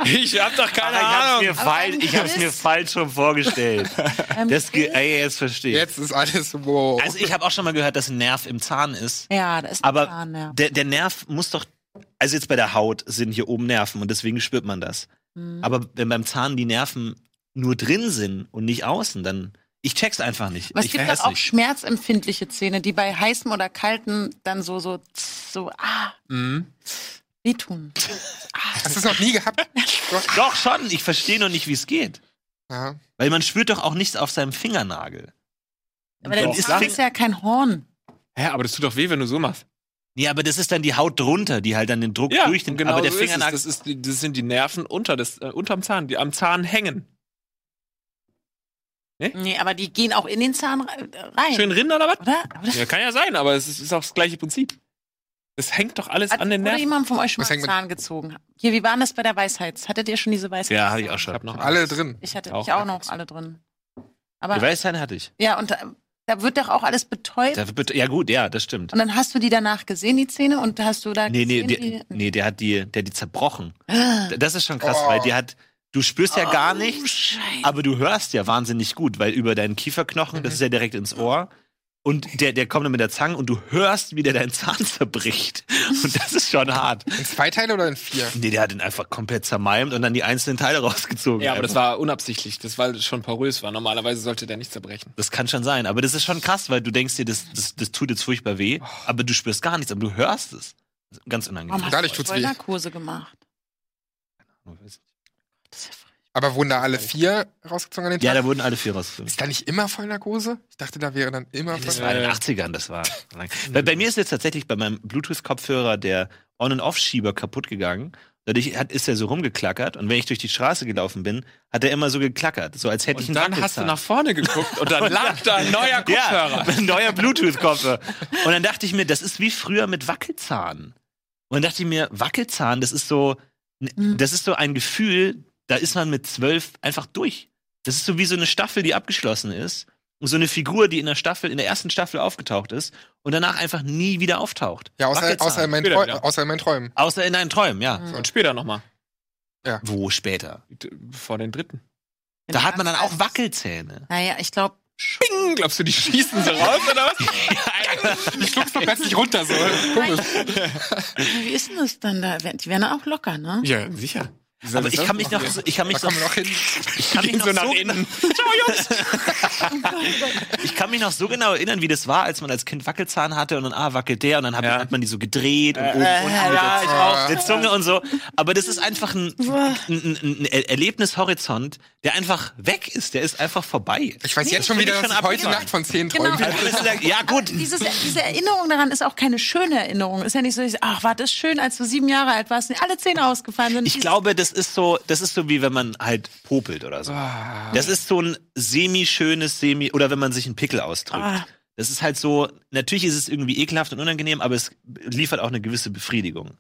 ich hab doch keine
Ah,
Ahnung.
ich hab's mir, falsch,
beim
ich hab's mir
Quiz-
falsch schon vorgestellt. [laughs]
Ähm,
Das, ge- ey, jetzt verstehe ich.
jetzt ist alles wow.
Also ich habe auch schon mal gehört, dass ein Nerv im Zahn ist.
ja, da ist ein
aber
Zahn, ja.
Der, der Nerv muss doch. Also jetzt bei der Haut sind hier oben Nerven und deswegen spürt man das.
Hm.
Aber wenn beim Zahn die Nerven nur drin sind und nicht außen, dann. Ich check's einfach nicht.
Aber es
ich
gibt
weiß
doch auch
nicht.
schmerzempfindliche Zähne, die bei heißem oder kaltem dann so, so, so, ah,
Mhm.
wehtun.
Hast du es noch nie gehabt?
Doch schon, ich verstehe noch nicht, wie es geht.
ja.
Weil man spürt doch auch nichts auf seinem Fingernagel.
Aber der
Doch.
Zahn ist ja kein Horn.
Hä, aber das tut doch weh, wenn du so machst.
Ja, aber das ist dann die Haut drunter, die halt dann den Druck durch den. aber der
genau so ist es.
Fingernagel.
Das, ist, die- das sind die Nerven unter des, äh, unterm Zahn, die am Zahn hängen.
Nee, aber die gehen auch in den Zahn re- rein.
Schön
[laughs]
rinnen oder was?
Oder? Aber das
Ja, kann ja sein, aber es ist, ist auch das gleiche Prinzip. Es hängt doch alles
hat
an den
oder
Nerven.
jemand von euch schon
Was
mal einen
hängt mit-
Zahn gezogen. Hier, wie war denn das bei der Weisheit? Hattet ihr schon diese Weisheit?
Ja, habe ich auch schon.
noch
Alle drin.
Ich hatte
Auch
ich auch
einfach
noch
so.
alle drin.
Die
Aber
Weisheit hatte ich.
ja, und da, da wird doch auch alles betäubt.
Da wird- Ja, gut, ja, das stimmt.
Und dann hast du die danach gesehen, die Zähne, und hast du da
Nee, nee,
gesehen,
der,
die,
nee, der hat die, der hat die zerbrochen.
Ah.
D- Das ist schon krass,
Oh.
weil die hat, du spürst
Oh,
ja gar nichts,
Scheiße.
aber du hörst ja wahnsinnig gut, weil über deinen Kieferknochen,
Mhm.
das ist ja direkt ins Ohr. Und der, der kommt dann mit der Zange und du hörst, wie der deinen Zahn [laughs] zerbricht. Und das ist schon hart.
In zwei Teile oder in vier?
Nee, der hat ihn einfach komplett zermalmt und dann die einzelnen Teile [laughs] rausgezogen.
Ja, aber das
Einfach.
war unabsichtlich, das weil es schon porös war. Normalerweise sollte der nicht zerbrechen.
das kann schon sein. Aber das ist schon krass, weil du denkst dir, das, das, das tut jetzt furchtbar weh,
Oh.
aber du spürst gar nichts, aber du hörst es. Ganz
Warum
unangenehm.
hast
dadurch
du
tut's weh.
Vollnarkose gemacht? Das ist ja frech.
Aber wurden da alle vier rausgezogen an den
Ja,
Tag?
da wurden alle vier rausgefunden.
ist da nicht immer Vollnarkose? Ich dachte, da wäre dann immer
Das
Ja.
war in den 80ern, das
[laughs]
war lang. Bei, bei mir ist jetzt tatsächlich bei meinem Bluetooth-Kopfhörer der On- und Off-Schieber kaputt gegangen. Dadurch hat, ist er so rumgeklackert und wenn ich durch die Straße gelaufen bin, hat er immer so geklackert, so als hätte ich
Und
einen
dann hast du
Wackelzahn.
nach vorne geguckt und dann lag da ein neuer
[laughs] ja,
Kopfhörer.
ein neuer Bluetooth-Kopfhörer. Und dann dachte ich mir, das ist wie früher mit Wackelzahn. Und dann dachte ich mir, Wackelzahn, das ist so,
Mhm.
das ist so ein Gefühl, da ist man mit zwölf einfach durch. Das ist so wie so eine Staffel, die abgeschlossen ist. Und so eine Figur, die in der Staffel, in der ersten Staffel aufgetaucht ist und danach einfach nie wieder auftaucht.
Ja, außer,
Wackelzahn.
außer, in meinen
Wieder,
Träu-
wieder.
außer in meinen Träumen.
Außer in deinen Träumen, ja.
Mhm.
Und später nochmal.
Wo später?
Vor den dritten.
Da hat man dann auch Wackelzähne.
Naja, ich glaube,
Bing! Glaubst du, die schießen so raus oder was?
Ich schluck's doch plötzlich runter, so. Komisch.
wie ist denn das dann da? Die werden auch locker, ne?
ja, sicher.
Aber ich kann mich noch, so- ich kann
Da
mich noch,
kommen wir noch hin.
ich kann mich
Ging
noch
so nach
so,
[laughs] innen.
ich kann mich noch so genau erinnern, wie das war, als man als Kind Wackelzahn hatte und dann, ah, wackelt der und dann hat,
Ja.
hat man die so gedreht
Äh,
und oben und unten mit der
Ja, ich
auch.
der Zunge und so. Aber das ist einfach ein, ein, ein, ein Erlebnishorizont, der einfach weg ist. Der ist einfach vorbei.
Ich weiß
Nee,
jetzt schon
das
wieder,
find
dass
ich
ich heute
abgefahren.
Nacht von zehn
Genau.
träumen
Also,
werde.
Willst du sagen,
[laughs]
Ja, gut.
Dieses, diese Erinnerung daran ist auch keine schöne Erinnerung. Ist ja nicht so, ich, ach, war das schön, als du sieben Jahre alt warst, und alle Zähne ausgefallen sind.
Ich glaube, das ist so, das ist so wie wenn man halt popelt oder so.
Ah.
Das ist so ein semi-schönes, semi, oder wenn man sich einen Pickel ausdrückt.
Ah.
Das ist halt so, natürlich ist es irgendwie ekelhaft und unangenehm, aber es liefert auch eine gewisse Befriedigung. Und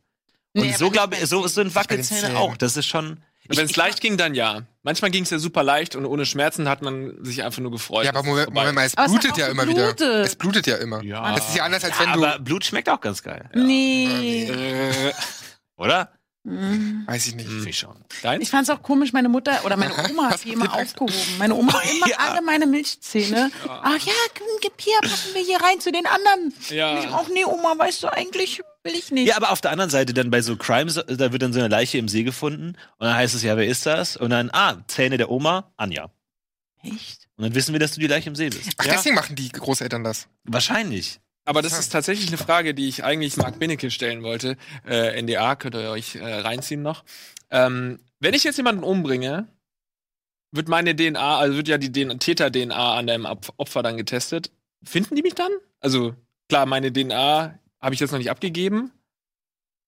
Nee,
so
aber
glaube
nicht
ich, so sind
Zähnen.
Wackelzähne auch. Das ist schon. Ich,
Wenn es leicht ging, dann ja. Manchmal ging es ja super leicht und ohne Schmerzen hat man sich einfach nur gefreut.
Ja, aber
dass es
Moment,
vorbei
Moment mal, es
Aber es hat
blutet
auch
ja immer
geblutet.
wieder. Es blutet ja immer.
Ja.
Das ist ja anders, als wenn du.
aber Blut schmeckt auch ganz geil,
Nee.
Äh,
oder?
Mhm.
weiß ich nicht.
Finde ich schon.
ist. Deins?
Ich fand es auch komisch, meine Mutter oder meine Oma hat die immer aufgehoben. Meine Oma hat
[laughs]
immer
Ja.
alle meine Milchzähne. Ach ja, komm, gib her, packen wir hier rein zu den anderen. Und Ich
Ja.
auch, nee, Oma, weißt du, eigentlich will ich nicht.
Ja, aber auf der anderen Seite dann bei so Crimes, da wird dann so eine Leiche im See gefunden und dann heißt es ja, wer ist das? Und dann, ah, Zähne der Oma, Anja.
Echt?
Und dann wissen wir, dass du die Leiche im See bist.
Ach,
Ja.
deswegen machen die Großeltern das.
Wahrscheinlich.
Aber das ist tatsächlich eine Frage, die ich eigentlich Marc Benecke stellen wollte. Äh, NDA könnt ihr euch äh, reinziehen noch. Ähm, wenn ich jetzt jemanden umbringe, wird meine DNA, also wird ja die DNA Täter-DNA an deinem Opf- Opfer dann getestet. Finden die mich dann? Also klar, meine DNA habe ich jetzt noch nicht abgegeben.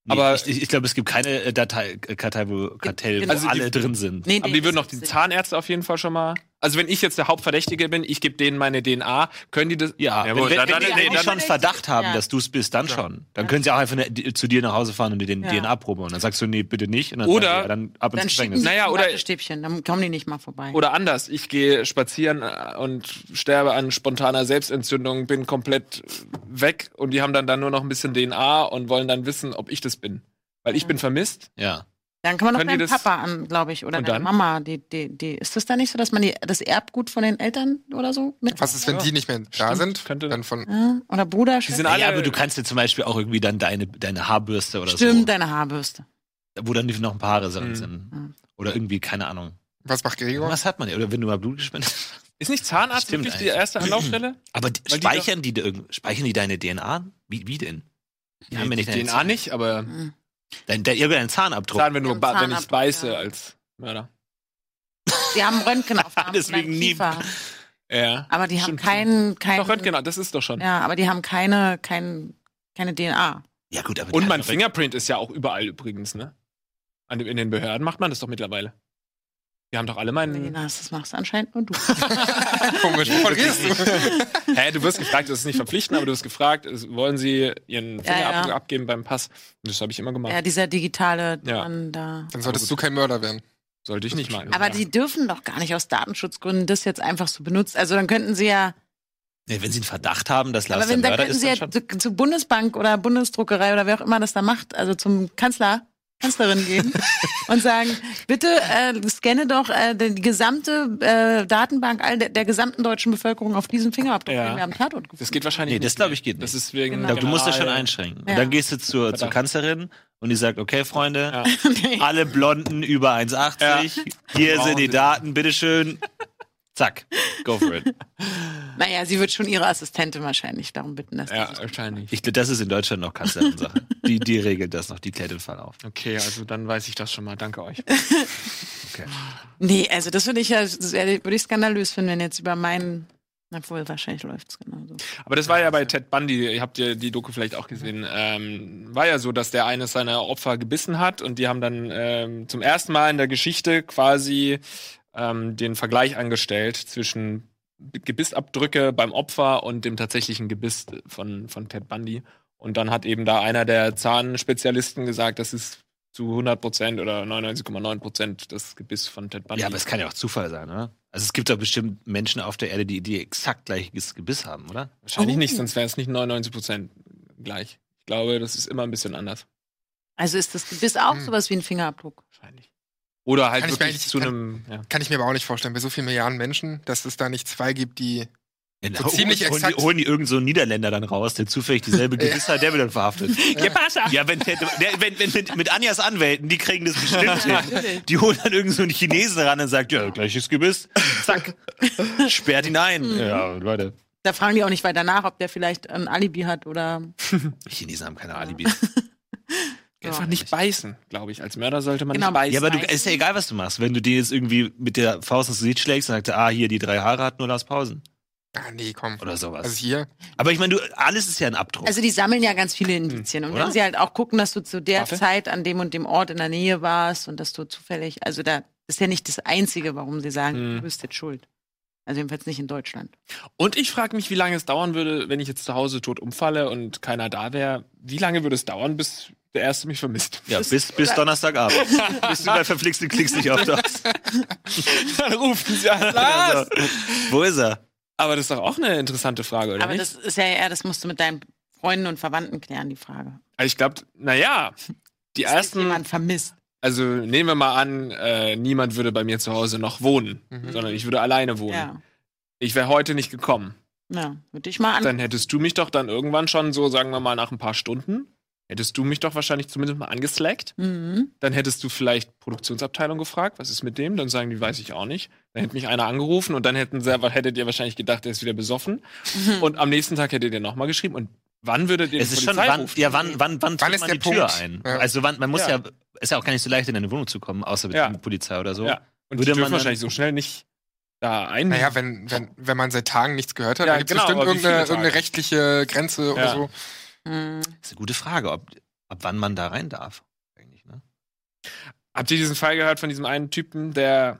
Aber-
ich, ich, ich glaube, es gibt keine äh, Datei, äh, Kartei, wo, Kartell, wo
Genau.
Also die-
alle drin sind.
Nee,
Aber die würden
das
noch die Zahnärzte auf jeden Fall schon mal. Also wenn ich jetzt der Hauptverdächtige bin, ich gebe denen meine DNA, können die das?
Ja,
Jawohl,
wenn,
dann-
wenn,
dann-
wenn die
nee,
eigentlich
dann-
schon Verdacht haben,
Ja.
dass du es bist, dann
Ja.
schon. Dann
Ja.
können sie auch einfach ne, die- zu dir nach Hause fahren und dir den
Ja.
DNA-Probe und dann sagst du, nee, bitte nicht. Und dann
Oder-
sagen die, ja, dann ab ins
Dann schicken
Gefängnis.
sie
Naja,
zum
oder-
Wattestäbchen, dann kommen die nicht mal vorbei.
Oder anders, ich gehe spazieren äh, und sterbe an spontaner Selbstentzündung, bin komplett äh, weg und die haben dann, dann nur noch ein bisschen DNA und wollen dann wissen, ob ich das bin. Weil ich bin vermisst.
Ja.
dann kann man doch
können die
deinen
das-
Papa an, glaube ich, oder
Und
deine
dann?
Mama. Die, die, die, ist das da nicht so, dass man die, das Erbgut von den Eltern oder so mit?
Was ist, wenn
Ja.
die nicht mehr da
Stimmt,
sind?
könnte-
Dann von.
Ja, Oder Bruder?
Die
Schwester?
sind alle-
Naja, aber du kannst dir zum Beispiel auch irgendwie dann deine, deine Haarbürste oder
Stimmt, deine Haarbürste.
so, wo dann noch ein paar Haare dran
Mhm.
sind.
Mhm.
Oder irgendwie, keine Ahnung.
Was macht Gregor?
Was hat man ja? Oder wenn du mal Blut gespendet hast.
Ist nicht Zahnarzt
Stimmt
wirklich die
eigentlich.
erste
[clears throat]
Anlaufstelle?
Aber die,
Weil die doch-
speichern, die, da irgend- speichern die deine DNA? Wie, wie denn? Die haben ja nicht deine
DNA nicht, aber
Mhm.
Dein, dein, irgendein Zahnabdruck.
Zahn, wenn, du,
Am
ba- wenn ich
Zahnabdruck,
beiße
ja.
als Mörder.
Die haben
[laughs]
Röntgenaufnahmen.
Deswegen
von deinem
nie-
Kiefer.
Ja.
Aber die haben
Stimmt,
keinen, keinen.
Doch, Röntgen, das ist doch schon.
Ja, aber die haben keine, kein, keine DNA.
Ja, gut, aber die
Und
hat
mein
doch-
Fingerprint ist ja auch überall übrigens, ne? An dem, in den Behörden macht man das doch mittlerweile. Die haben doch alle
Nee,
meinen.
das, das machst anscheinend nur du.
[laughs] Komisch, wovon redest du?
Hä, du wirst gefragt, das ist nicht verpflichtend, aber du wirst gefragt, es- wollen sie ihren Fingerabdruck
ja.
abgeben beim Pass? Und das habe ich immer gemacht.
ja, dieser digitale
Ja.
Mann da.
Dann solltest du kein Mörder werden.
Sollte ich nicht machen.
Aber
Ja.
die dürfen doch gar nicht aus Datenschutzgründen das jetzt einfach so benutzt. Also dann könnten sie ja,
Nee, wenn sie einen Verdacht haben, dass Lars
aber
der
wenn, dann
Mörder
könnten
ist,
sie
dann
ja
schon.
zu, zur Bundesbank oder Bundesdruckerei oder wer auch immer das da macht, also zum Kanzler, Kanzlerin gehen und sagen, bitte äh, scanne doch äh, die gesamte äh, Datenbank all der, der gesamten deutschen Bevölkerung auf diesen Fingerabdruck,
Ja.
den wir am Tatort gefunden
das geht wahrscheinlich
Nee, das
nicht
glaub
mehr.
ich geht
Das
nicht.
ist wegen.
Ich
Genau.
glaub, du musst das schon
General-
einschränken.
Ja.
Und dann gehst du zur, zur
Verdacht.
Kanzlerin und die sagt, okay, Freunde,
Ja.
alle Blonden über 1,80, hier
Brauchen
sind die
wir.
Daten, bitteschön. Zack, go for it.
haben. Naja, sie wird schon ihre Assistentin wahrscheinlich darum bitten, dass
Ja, wahrscheinlich.
Ich, glaub, das ist in Deutschland noch Kanzlerin-Sache. Die, die regelt das noch, die klärt den Fall auf.
Okay, also dann weiß ich das schon mal. Danke euch.
Nee, also das würde ich ja, das wär- würde ich skandalös finden, wenn jetzt über meinen, obwohl wahrscheinlich läuft's genauso.
Aber das war ja bei Ted Bundy, ihr habt ja die Doku vielleicht auch gesehen, ähm, war ja so, dass der eines seiner Opfer gebissen hat und die haben dann ähm, zum ersten Mal in der Geschichte quasi ähm, den Vergleich angestellt zwischen Gebissabdrücke beim Opfer und dem tatsächlichen Gebiss von, von Ted Bundy. Und dann hat eben da einer der Zahnspezialisten gesagt, das ist zu 100% oder 99,9% das Gebiss von Ted Bundy.
Ja, aber es kann ja auch Zufall sein, oder? Also es gibt doch bestimmt Menschen auf der Erde, die, die exakt gleiches Gebiss haben, oder?
Wahrscheinlich
Oh.
nicht, sonst wären es nicht 99% gleich. Ich glaube, das ist immer ein bisschen anders.
Also ist das Gebiss auch
Hm.
sowas wie ein Fingerabdruck?
Wahrscheinlich. Oder halt
Kann ich mir
wirklich
eigentlich-
zu
kann-
einem. Ja.
Kann ich mir aber auch nicht vorstellen, bei so vielen Milliarden Menschen, dass es da nicht zwei gibt, die.
Ja,
So
holen-
ziemlich
Genau. holen,
exakt.
Die, holen die irgend so einen Niederländer dann raus, der zufällig dieselbe Gewiss hat, der wird dann verhaftet. Ja, ja wenn, Ted- der, wenn, wenn mit, mit Anjas Anwälten, die kriegen das bestimmt
[laughs]
hin. Die holen dann irgend so einen Chinesen ran und sagt, ja, gleiches Gebiss, zack, sperrt ihn ein. Ja, Leute.
Da fragen die auch nicht weiter nach, ob der vielleicht ein Alibi hat oder.
Chinesen haben keine Alibis.
Einfach nicht beißen, glaube ich. Als Mörder sollte man
Genau.
nicht beißen.
Ja, aber du,
Weiß
ist ja egal, was du machst. Wenn du dir jetzt irgendwie mit der Faust ins Gesicht schlägst und sagst, ah, hier, die drei Haare hat nur Lars Pausen.
Ah, nee, komm.
Oder sowas.
Also hier.
Aber ich meine, du, alles ist ja ein Abdruck.
Also die sammeln ja ganz viele Indizien. Und
Oder?
wenn sie halt auch gucken, dass du zu der
Hm, Waffe?
Zeit an dem und dem Ort in der Nähe warst und dass du zufällig, also da ist ja nicht das Einzige, warum sie sagen,
Hm.
du bist jetzt schuld. Also jedenfalls nicht in Deutschland.
Und ich frage mich, wie lange es dauern würde, wenn ich jetzt zu Hause tot umfalle und keiner da wäre. Wie lange würde es dauern, bis der Erste mich vermisst?
ja, bis, bis Donnerstagabend. bis du bei verflixten Klicks nicht auftauchst.
[laughs] Dann rufen sie an.
Also,
Lars!
wo ist er?
Aber das ist doch auch eine interessante Frage, oder?
Aber
nicht?
das ist ja eher, das musst du mit deinen Freunden und Verwandten klären, die Frage.
also ich glaube, naja, die
Ist
ersten.
jemand vermisst.
Also nehmen wir mal an, äh, niemand würde bei mir zu Hause noch wohnen,
Mhm.
sondern ich würde alleine wohnen.
Ja.
Ich wäre heute nicht gekommen.
Ja, würde ich mal an.
Dann hättest du mich doch dann irgendwann schon so, sagen wir mal, nach ein paar Stunden hättest du mich doch wahrscheinlich zumindest mal angeslackt.
Mhm.
Dann hättest du vielleicht Produktionsabteilung gefragt, was ist mit dem? Dann sagen die, weiß ich auch nicht. Dann hätte mich einer angerufen und dann hätten sie, hättet ihr wahrscheinlich gedacht, der ist wieder besoffen. Und am nächsten Tag hättet ihr nochmal geschrieben. Und wann würdet ihr
Es
die
ist schon,
Polizei
wann,
rufen?
ja, wann, wann, wann,
Wann
tritt
ist
man
der
die Tür
Punkt?
ein?
Ja.
Also wann, man muss
Ja.
ja. ist ja auch gar nicht so leicht, in eine Wohnung zu kommen, außer mit
Ja.
der Polizei oder so.
Ja. Und
Würde
die
man
dürfen
dann-
wahrscheinlich so schnell nicht da ein.
Naja, wenn, wenn, wenn man seit Tagen nichts gehört hat,
Ja,
dann gibt es
genau,
bestimmt
aber wie viele
irgendeine,
Tage?
irgendeine rechtliche Grenze oder
Ja.
so.
Mhm.
Das ist eine gute Frage, ob, ab wann man da rein darf. Eigentlich, ne?
Habt ihr diesen Fall gehört von diesem einen Typen, der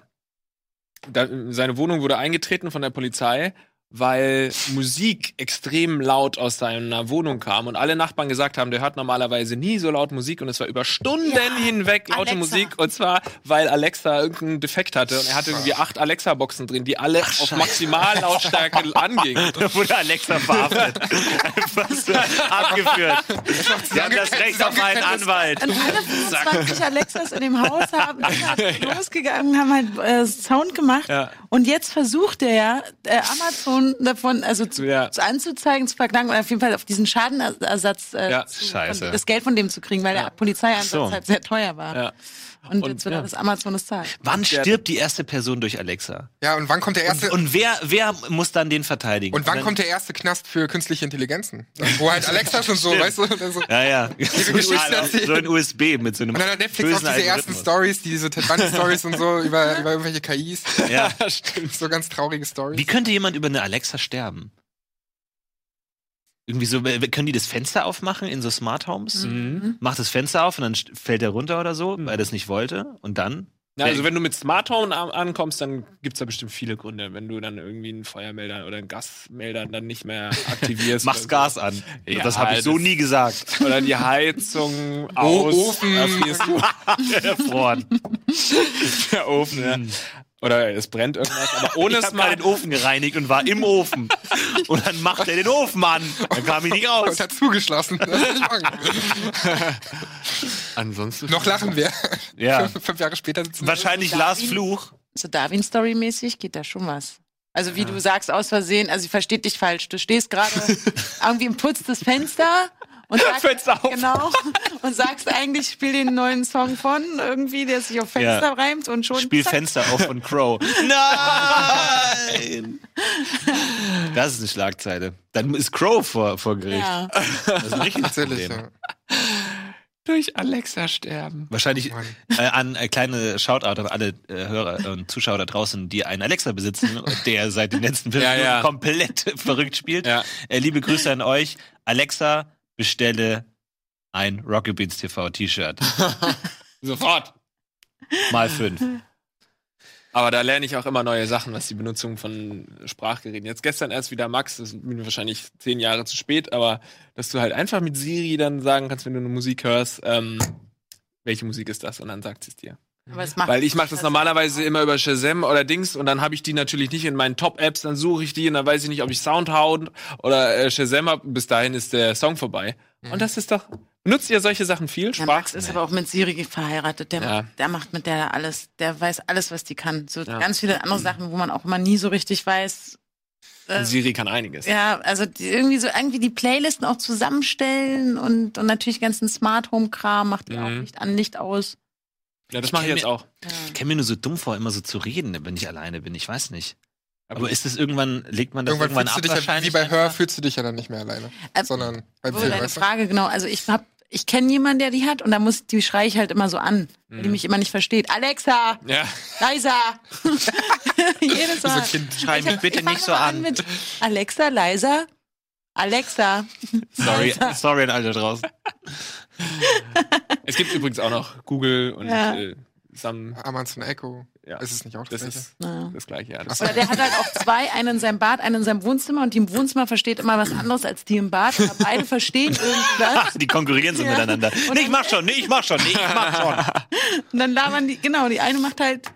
da, seine Wohnung wurde eingetreten von der Polizei, weil Musik extrem laut aus seiner Wohnung kam und alle Nachbarn gesagt haben, der hört normalerweise nie so laut Musik und es war über Stunden hinweg laute
Alexa.
Musik und zwar weil Alexa irgendeinen Defekt hatte und er hatte irgendwie acht Alexa Boxen drin, die alle auf maximal Lautstärke angingen.
Da wurde Alexa verhaftet. Einfach so abgeführt. Sie haben das Recht auf einen Anwalt. [laughs]
Und alle 25 Alexas in dem Haus haben sind halt losgegangen, haben halt äh, Sound gemacht.
Ja.
Und jetzt versucht er ja, äh, Amazon davon also zu,
Ja.
zu anzuzeigen, zu verklagen oder auf jeden Fall auf diesen Schadenersatz, äh,
Ja,
zu,
scheiße.
von- das Geld von dem zu kriegen, weil der Polizeieinsatz
So.
halt sehr teuer war.
Ja.
Und,
Und,
jetzt wird
ja.
das Amazon das zahlen.
Wann stirbt die erste Person durch Alexa?
Ja, und wann kommt der erste. Und,
Und wer, wer muss dann den verteidigen?
wann
dann-
kommt der erste Knast für künstliche Intelligenzen? Wo halt Alexa schon so, weißt du? Also, und
Ja, ja. So ein
Geschichten
USB,
erzählen.
so ein USB mit so einem.
dann hat Netflix
bösen
auch diese ersten
Algorithmus.
Stories, diese Ted Bundy Stories und [laughs] so über, über irgendwelche KIs.
Ja.
Stimmt.
So ganz traurige Stories.
Wie könnte jemand über eine Alexa sterben? Irgendwie so, äh, können die das Fenster aufmachen in so Smart Homes?
Mhm.
Macht das Fenster auf und dann st- fällt er runter oder so, weil er das nicht wollte. Und dann?
Na, also wenn du mit Smart Home an ankommst, dann gibt's da bestimmt viele Gründe, wenn du dann irgendwie einen Feuermelder oder einen Gasmelder dann nicht mehr [laughs] aktivierst.
Machst
oder
Gas an.
Ja,
das habe ich so
das-
nie [laughs] gesagt.
so. Oder die Heizung aus.
Ofen.
Erfrierst du.
Erfroren.
[laughs] Der Ofen, ja. Mhm. Oder es brennt irgendwas, [laughs] aber ohne
Ich habe mal
Smart
den Ofen gereinigt und war im Ofen. [laughs] Und dann macht er den Ofen an. Dann kam ich nicht raus.
Und hat zugeschlossen. Das ist nicht wahr.
Ansonsten.
Noch lachen wir.
Ja.
[laughs] Fünf Jahre später sitzen wir.
Wahrscheinlich Lars Fluch.
So Darwin-Story-mäßig geht da schon was. Also wie du sagst, aus Versehen, also sie versteht dich falsch. Du stehst
[laughs]
gerade irgendwie im Putz des Fenster und sagst,
Fenster auf.
Genau, und sagst eigentlich, spiel den neuen Song von irgendwie, der sich auf Fenster
Ja.
reimt und schon
Spiel
zack.
Fenster auf von [laughs] Crow. Nein! Das ist eine Schlagzeile. Dann ist Crow vor, vor Gericht.
Ja.
Das ist ein richtiges
Natürlich,
Problem.
ja.
durch Alexa sterben.
Wahrscheinlich
Mann.
äh, an äh, kleine Shoutout an alle äh, Hörer und Zuschauer da draußen, die einen Alexa [laughs] besitzen, und der seit den letzten fünf
Ja,
Minuten
ja.
komplett [laughs] verrückt spielt.
Ja.
Äh, liebe Grüße an euch. Alexa, bestelle ein Rocket Beans TV T-Shirt.
Sofort.
Mal
[laughs]
fünf.
Aber da lerne ich auch immer neue Sachen, was die Benutzung von Sprachgeräten. Jetzt gestern erst wieder Max, das ist mir wahrscheinlich zehn Jahre zu spät, aber dass du halt einfach mit Siri dann sagen kannst, wenn du eine Musik hörst, ähm, welche Musik ist das? Und dann sagt sie es dir.
Aber es macht
Weil ich mache das normalerweise immer über Shazam oder Dings und dann habe ich die natürlich nicht in meinen Top-Apps, dann suche ich die und dann weiß ich nicht, ob ich Soundhound oder äh, Shazam habe. Bis dahin ist der Song vorbei. Und das ist doch. Nutzt ihr solche Sachen viel?
Der
Sprach.
Max ist aber auch mit Siri verheiratet. Der,
Ja.
macht, der macht mit der alles. Der weiß alles, was die kann. So
Ja. Mhm.
ganz viele andere Sachen, wo man auch immer nie so richtig weiß. äh,
Siri kann einiges.
Ja, also die, irgendwie so irgendwie die Playlisten auch zusammenstellen und, und natürlich ganzen Smart Home Kram macht die
Mhm.
auch Licht an, Licht aus.
Ja, das mache ich
kenn
jetzt
mir-
auch.
Ja.
Ich käme mir nur so dumm vor, immer so zu reden, wenn ich alleine bin. Ich weiß nicht.
Aber-
Aber, ist es irgendwann, legt man das
Irgendwann
irgendwann,
fühlst du
ab?
dich ja, wie
wahrscheinlich?
bei Hör fühlst du dich ja dann nicht mehr alleine.
Ähm,
sondern bei
Wo
Film,
deine
weißt du?
Frage genau. Also ich hab, ich kenne jemanden, der die hat und da muss die schreie ich halt immer so an, weil
Mhm.
die mich immer nicht versteht. Alexa,
Ja. [laughs]
leiser.
[laughs]
[laughs] Jedes Mal.
So Kind.
Schrei mich
hab-
bitte
fang
nicht so
immer
an.
Mit Alexa, leiser. Alexa.
Sorry, sorry an alle da
[laughs]
draußen.
Es gibt übrigens auch noch Google und
Ja.
äh, Sam.
Amazon Echo.
Ja.
Ist es nicht auch das,
Das
gleiche?
ist
Ja.
das gleiche. Ja.
Ach
Das
so.
Oder der hat halt auch zwei, einen in seinem Bad, einen in seinem Wohnzimmer und die im Wohnzimmer versteht immer was anderes als die im Bad. Aber beide verstehen irgendwas.
Die konkurrieren so
Ja.
miteinander. Nee, ich mach schon, nee, ich mach schon, nee, ich mach schon.
Und dann labern die, genau, die eine macht halt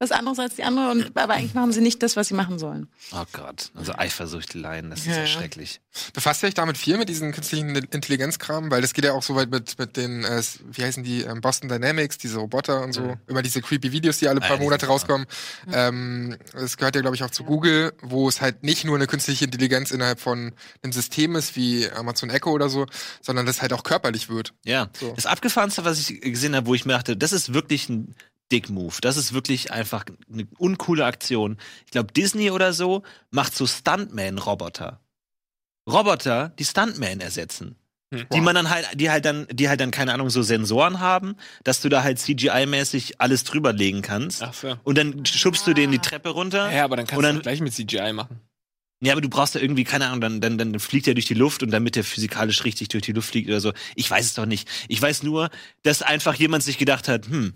was anderes als die andere. Und, aber eigentlich machen sie nicht das, was sie machen sollen.
Oh Gott, also Eifersüchteleien, das ist
Ja,
ja,
ja.
schrecklich.
Befasst ihr euch damit viel mit diesen künstlichen Intelligenzkram? Weil das geht ja auch so weit mit, mit den, äh, wie heißen die, ähm, Boston Dynamics, diese Roboter und so.
Mhm.
Immer diese creepy Videos, die alle
Ja,
paar
die
Monate
sind wahr.
rauskommen. Ähm, das gehört ja, glaube ich, auch zu Google, wo es halt nicht nur eine künstliche Intelligenz innerhalb von einem System ist, wie Amazon Echo oder so, sondern das halt auch körperlich wird.
Ja.
So.
Das Abgefahrenste, was ich gesehen habe, wo ich mir dachte, das ist wirklich ein Dick-Move. Das ist wirklich einfach eine uncoole Aktion. Ich glaube, Disney oder so macht so Stuntman-Roboter. Roboter, die Stuntman ersetzen.
Hm.
Die man dann halt, die halt dann, die halt dann, keine Ahnung, so Sensoren haben, dass du da halt CGI-mäßig alles drüber legen kannst.
Ach so.
Und dann schubst du den die Treppe runter.
Ja, aber dann kannst
Und dann-
du das gleich mit CGI machen.
Ja, aber du brauchst ja irgendwie, keine Ahnung, dann, dann, dann fliegt er durch die Luft und damit der physikalisch richtig durch die Luft fliegt oder so. Ich weiß es doch nicht. Ich weiß nur, dass einfach jemand sich gedacht hat, hm,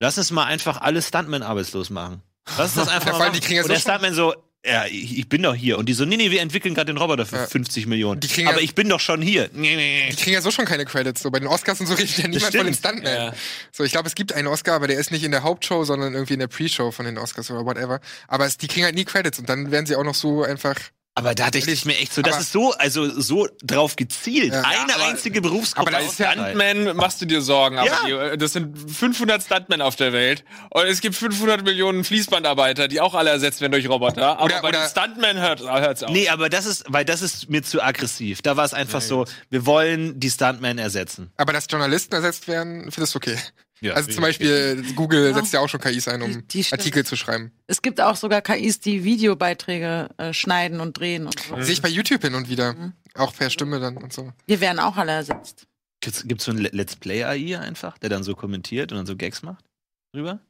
lass uns mal einfach alle Stuntmen arbeitslos machen. Lass
[laughs]
uns das einfach
Ja,
mal
vor allem,
machen.
die kriegen ja
und
so
der
schon-
Stuntman so, ja, ich, ich bin doch hier. Und die so, nee, nee, wir entwickeln gerade den Roboter für
Ja.
50 Millionen.
Die kriegen ja-
aber ich bin doch schon hier. Nee, nee,
Die
nee.
kriegen ja so schon keine Credits. So bei den Oscars und so redet ja niemand von den
stimmt.
Stuntmen. So, ich glaube, es gibt einen Oscar, aber der ist nicht in der Hauptshow, sondern irgendwie in der Pre-Show von den Oscars oder whatever. Aber es, die kriegen halt nie Credits und dann werden sie auch noch so einfach.
Aber da dachte ich
Ehrlich,
mir echt so, das
aber-
ist so, also so drauf gezielt.
Ja.
Eine
Ja, aber-
einzige Berufsgruppe.
aber das ist ja-
auszuschneiden.
Stuntman machst du dir Sorgen, aber
Ja.
die, äh, das sind 500 Stuntmen auf der Welt und es gibt 500 Millionen Fließbandarbeiter, die auch alle ersetzt werden durch Roboter, aber
Oder-
bei
oder-
den Stuntmen hört es auf.
Nee, aber das ist, weil das ist mir zu aggressiv. Da war es einfach so, wir wollen die Stuntmen ersetzen.
Aber dass Journalisten ersetzt werden, findest du okay.
Ja,
also zum Beispiel, Google
Ja.
setzt ja auch schon KIs ein, um
Die- die stimmt.
Artikel zu schreiben.
Es gibt auch sogar KIs, die Videobeiträge äh, schneiden und drehen und
Mhm.
so.
Sehe ich bei YouTube hin und wieder.
Mhm.
Auch per Stimme dann und so.
Wir werden auch alle ersetzt.
Gibt's, gibt's so ein Le- Let's Play AI einfach, der dann so kommentiert und dann so Gags macht? Drüber?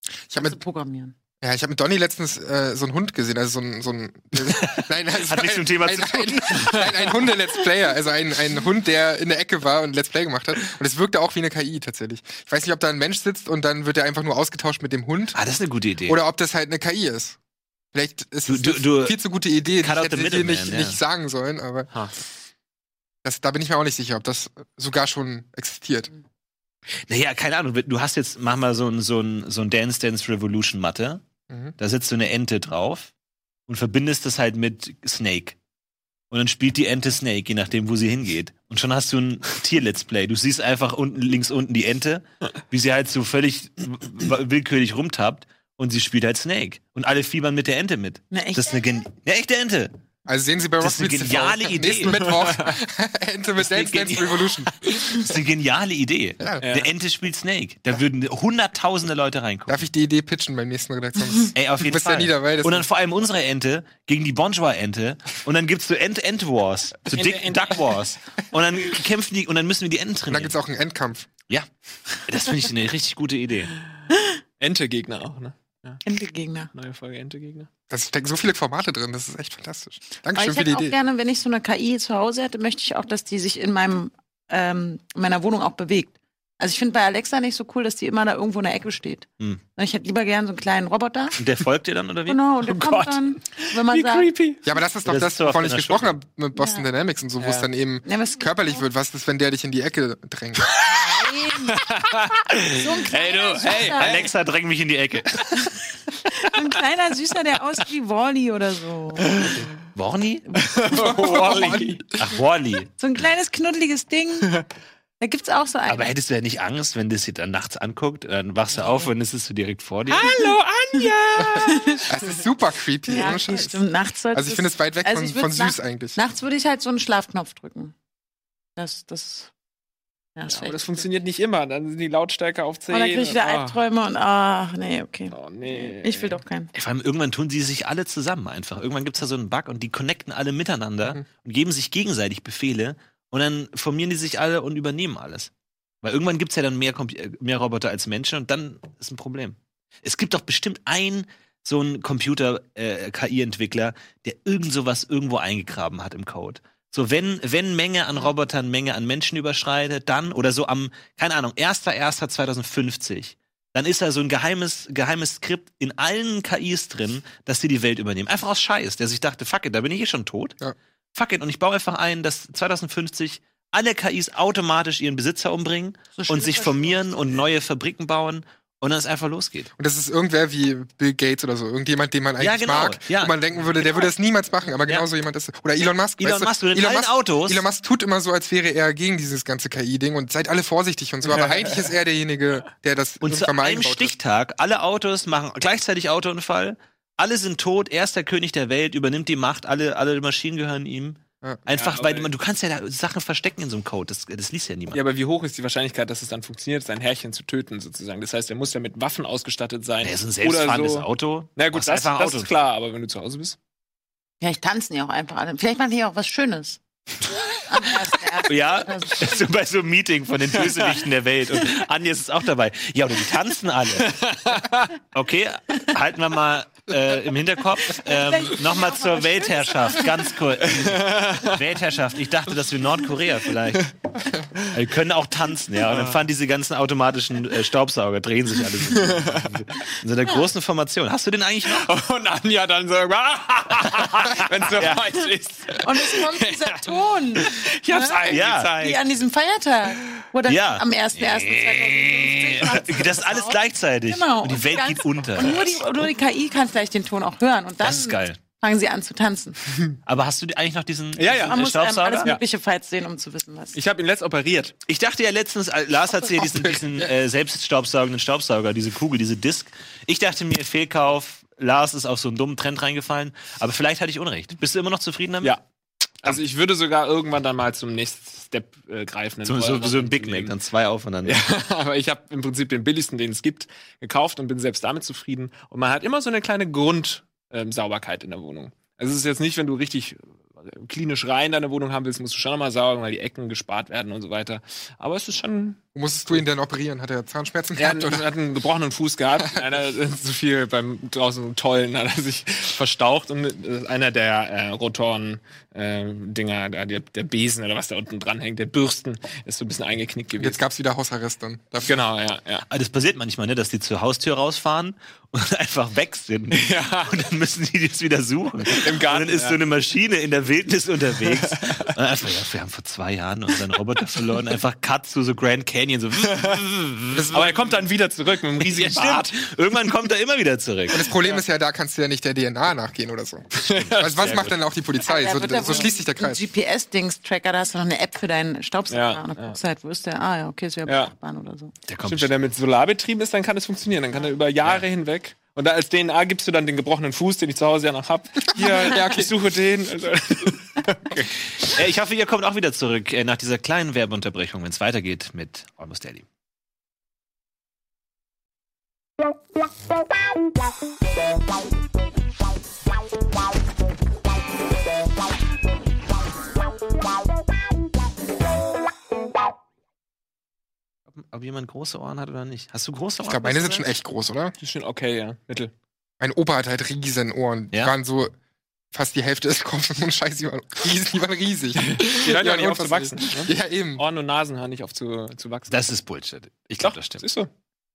Ich habe
Kannst du
mit,
programmieren.
ja, ich hab mit Donny letztens äh, so einen Hund gesehen, also so ein.
[laughs]
So ein nein, also
Hat nichts
ein-
mit dem Thema
ein,
zu tun.
Ein, ein, ein Hunde-Let's Player, also ein, ein Hund, der in der Ecke war und Let's Play gemacht hat. Und es wirkte auch wie eine KI tatsächlich. Ich weiß nicht, ob da ein Mensch sitzt und dann wird er einfach nur ausgetauscht mit dem Hund.
Ah, das ist eine gute Idee.
Oder ob das halt eine KI ist. Vielleicht ist
Du-
es
du-
eine
du-
viel zu gute Idee, die
Cut
ich
out
hätte
the
hier nicht,
middleman, ja.
nicht sagen sollen, aber
Ha.
das, da bin ich mir auch nicht sicher, ob das sogar schon existiert.
Naja, keine Ahnung, du hast jetzt, mach mal so ein, so ein, so ein Dance Dance Revolution Matte,
Mhm.
da setzt du eine Ente drauf und verbindest das halt mit Snake. Und dann spielt die Ente Snake, je nachdem, wo sie hingeht. Und schon hast du ein Tier-Let's Play. Du siehst einfach unten, links unten die Ente, wie sie halt so völlig w- willkürlich rumtappt und sie spielt halt Snake. Und alle fiebern mit der Ente mit.
Eine echte
Das ist eine, gen eine echte Ente.
Also sehen Sie bei
Das ist eine
Rockbeats
geniale Idee.
Nächsten Mittwoch.
[laughs]
Ente mit
eine
Dance Dance
geni-
Revolution.
Das ist eine geniale Idee.
Ja.
Der Ente spielt Snake. Da würden hunderttausende Leute reingucken.
Darf ich die Idee pitchen beim nächsten Redaktions?
Ey, auf
Du
jeden
bist ja
Fall.
nie dabei, das
und dann
ist-
vor allem unsere Ente gegen die Bonjour-Ente. Und dann gibt's so
[laughs]
Ent-Ent-Wars. So
Ente-
Dick
Ente-
Duck Wars. Und dann kämpfen die, und dann müssen wir die Enten
Und dann
trainieren.
gibt's auch einen Endkampf.
Ja. Das finde ich eine richtig gute Idee.
Ente-Gegner auch, ne?
Endgegner.
Neue Folge Ente-Gegner.
Da stecken so viele Formate drin, das ist echt fantastisch.
Aber
Dankeschön
ich
für die
hätte auch
Idee.
gerne, wenn ich so eine KI zu Hause hätte, möchte ich auch, dass die sich in meinem, ähm, in meiner Wohnung auch bewegt. Also ich finde bei Alexa nicht so cool, dass die immer da irgendwo in der Ecke steht.
Hm.
Sondern Ich hätte lieber gern so einen kleinen Roboter.
Und der folgt dir dann, oder wie?
Genau, und der
Oh
kommt
Gott.
dann, wenn man
Wie
sagt,
creepy.
Ja, aber das ist doch
Das
das,
ist so auf
wovon ich
deiner
gesprochen habe mit Boston
Ja.
Dynamics und so, wo es
Ja.
dann eben
Ja, aber es-
körperlich wird. Was ist, wenn der dich in die Ecke drängt?
so ein kleiner,
Hey, du, hey,
süßer,
Alexa, dräng mich in die Ecke.
so ein kleiner Süßer, der aussieht wie Wally oder so.
[laughs]
Warny?
Wally.
Ach, Wally.
So ein kleines knuddeliges Ding. Da gibt's auch so einen.
Aber hättest du ja nicht Angst, wenn das hier dann nachts anguckt, dann wachst du auf und es ist so direkt vor dir.
Hallo, Anja!
Das ist super creepy.
ja,
ohne
okay,
Scheiß.
stimmt. Nachts sollte
Also ich finde es weit weg
also
von,
ich würd
von süß
nach-
eigentlich.
Nachts würde ich halt so einen Schlafknopf drücken. Das, das, ja, das,
Ja, aber
wär-
das funktioniert Ah. nicht immer. Dann sind die Lautstärke auf 10.
Und dann kriege ich wieder Albträume und ach, nee, okay.
Oh, nee.
Ich will doch keinen.
Vor allem irgendwann tun sie sich alle zusammen einfach. Irgendwann gibt's da so einen Bug und die connecten alle miteinander
Mhm.
und geben sich gegenseitig Befehle und dann formieren die sich alle und übernehmen alles. Weil irgendwann gibt's ja dann mehr, Compu- äh, mehr Roboter als Menschen und dann ist ein Problem. Es gibt doch bestimmt einen so einen Computer-KI-Entwickler, der irgend sowas irgendwo eingegraben hat im Code. So, wenn, wenn Menge an Robotern Menge an Menschen überschreitet, dann oder so am, keine Ahnung, 1.1.2050 dann ist da so ein geheimes, geheimes Skript in allen KIs drin, dass die die Welt übernehmen. Einfach aus Scheiß, der sich dachte, fuck it, da bin ich eh schon tot.
Ja.
Fuck it, und ich baue einfach ein, dass 2050 alle KIs automatisch ihren Besitzer umbringen
So
und sich formieren und neue Fabriken bauen und dann es einfach losgeht.
Und das ist irgendwer wie Bill Gates oder so. Irgendjemand, den man eigentlich
Ja, genau,
mag.
ja.
Wo man denken würde, der würde das niemals machen. Aber genau
Ja.
so jemand ist. Oder Elon Musk.
Elon Musk mit allen Autos.
Elon Musk tut immer so, als wäre er gegen dieses ganze KI-Ding. Und seid alle vorsichtig und so.
[laughs]
Aber eigentlich ist er derjenige, der das
Und zu
irgendwann mal
einem
eingebaut hat.
Stichtag, alle Autos machen gleichzeitig Autounfall, alle sind tot, er ist der König der Welt, übernimmt die Macht, alle, alle Maschinen gehören ihm.
Ja.
Einfach,
Ja,
weil
aber-
man, du kannst ja da Sachen verstecken in so einem Code, das, das liest ja niemand.
Ja, aber wie hoch ist die Wahrscheinlichkeit, dass es dann funktioniert, sein Herrchen zu töten, sozusagen? Das heißt, er muss ja mit Waffen ausgestattet sein.
Der ist ein selbstfahrendes
so.
Auto.
Na gut,
Machst
das,
einfach ein
das ist klar, aber wenn du zu Hause bist.
Vielleicht tanzen ja auch einfach alle. Vielleicht machen die ja auch was [laughs] Schönes. Am 1.1.. [laughs]
Ja, [laughs] so bei so einem Meeting von
[laughs]
den Bösewichten der Welt. Und Anja ist auch dabei. Ja, oder die tanzen
[laughs]
alle. Okay, halten wir mal äh, im Hinterkopf. Ähm, Nochmal zur Weltherrschaft, ganz
[laughs]
kurz. Weltherrschaft, ich dachte, das wäre Nordkorea
[laughs]
vielleicht. Wir können auch tanzen, ja. Und dann fahren diese ganzen automatischen äh, Staubsauger, drehen sich alle so. In so einer großen Formation. Hast du den eigentlich noch?
[laughs] Und Anja dann so, [laughs] wenn es so weit [laughs] ist.
Und es kommt dieser Ton. ne?
Ich hab's
Ja.
eingezeigt.
Wie an diesem Feiertag. Oder
Ja.
am 1.1.2015.
[laughs] Das ist alles gleichzeitig.
Genau.
Und die Welt
ganz-
geht unter.
Und nur die, nur die KI kann vielleicht den Ton auch hören. Und dann
Das ist geil.
fangen sie an zu tanzen.
Aber hast du die- eigentlich noch diesen,
Ja, ja.
diesen
Man
äh,
muss ähm,
Staubsauger?
alles mögliche Fights sehen, um zu wissen, was.
Ich habe ihn letzt operiert.
Ich dachte ja letztens, äh, Lars hat hier
[laughs]
diesen, diesen äh, selbststaubsaugenden Staubsauger, diese Kugel, diese Disk. Ich dachte mir, Fehlkauf, Lars ist auf so einen dummen Trend reingefallen. Aber vielleicht hatte ich Unrecht. Bist du immer noch zufrieden damit?
Ja. Also ich würde sogar irgendwann dann mal zum nächsten Step äh, greifen.
So, so, so ein Big Mac, dann zwei aufeinander.
[laughs] Aber ich habe im Prinzip den billigsten, den es gibt, gekauft und bin selbst damit zufrieden. Und man hat immer so eine kleine Grundsauberkeit in der Wohnung. Also es ist jetzt nicht, wenn du richtig äh, klinisch rein deine Wohnung haben willst, musst du schon nochmal saugen, weil die Ecken gespart werden und so weiter. Aber es ist schon
Musstest du ihn denn operieren? Hat er Zahnschmerzen
er
gehabt?
hat,
Oder?
hat einen gebrochenen Fuß
[laughs]
gehabt. Einer ist zu viel beim draußen tollen, hat er sich verstaucht und äh, einer der äh, Rotoren äh, Dinger, da der, der Besen oder was da unten dran hängt, der Bürsten ist so ein bisschen eingeknickt gewesen.
Jetzt gab's wieder Hausarrest dann. Dafür.
genau, ja, ja.
Aber das passiert manchmal, ne, dass die zur Haustür rausfahren und [laughs] einfach weg sind.
Ja.
Und dann müssen die das wieder [laughs] suchen.
Im Garten,
und dann ist
ja.
so eine Maschine in der Wildnis [laughs] unterwegs. und dann einfach, ja, wir haben vor zwei Jahren unseren Roboter verloren. Einfach Cut zu so Grand Canyon. So.
Aber er kommt dann wieder zurück [laughs] mit einem riesigen
Ja,
Bart.
stimmt. Irgendwann kommt er immer wieder zurück.
Das Problem ist ja, da kannst du ja nicht der DNA nachgehen oder so. Also, was macht dann auch die Polizei?
Da
So,
wird da
so
wohl
schließt sich der
ein
Kreis.
GPS-Dings-Tracker, da hast du noch eine App für deinen Staubsauger.
Ja,
und dann
ja.
guckst du halt, wo ist der? Ah, ja, okay, ist ja
Ja.
Nachbarn oder so.
Der
Stimmt, wenn er mit Solar betrieben ist, dann kann es funktionieren. Dann kann er über Jahre hinweg. Und da als DNA gibst du dann den gebrochenen Fuß, den ich zu Hause ja noch hab. Hier, [laughs] ja, ich suche den. Also,
Äh, Ich hoffe, ihr kommt auch wieder zurück äh, nach dieser kleinen Werbeunterbrechung, wenn es weitergeht mit Almost Daily. Ob, ob jemand große Ohren hat oder nicht. Hast du große Ohren?
Ich glaube, meine sind schon echt groß, oder?
die ist schon okay, ja. Mittel.
Mein Opa hat halt riesen Ohren. Die
Ja?
waren so fast die Hälfte des Kopfes und scheiße, die waren riesig. Die
[laughs]
waren riesig.
Die hören ja nicht auf zu
unfassbar.
wachsen. Ne?
Ja, eben.
Ohren und Nasen hören nicht auf zu, zu wachsen.
Das ist Bullshit. Ich glaube, das stimmt.
ist so.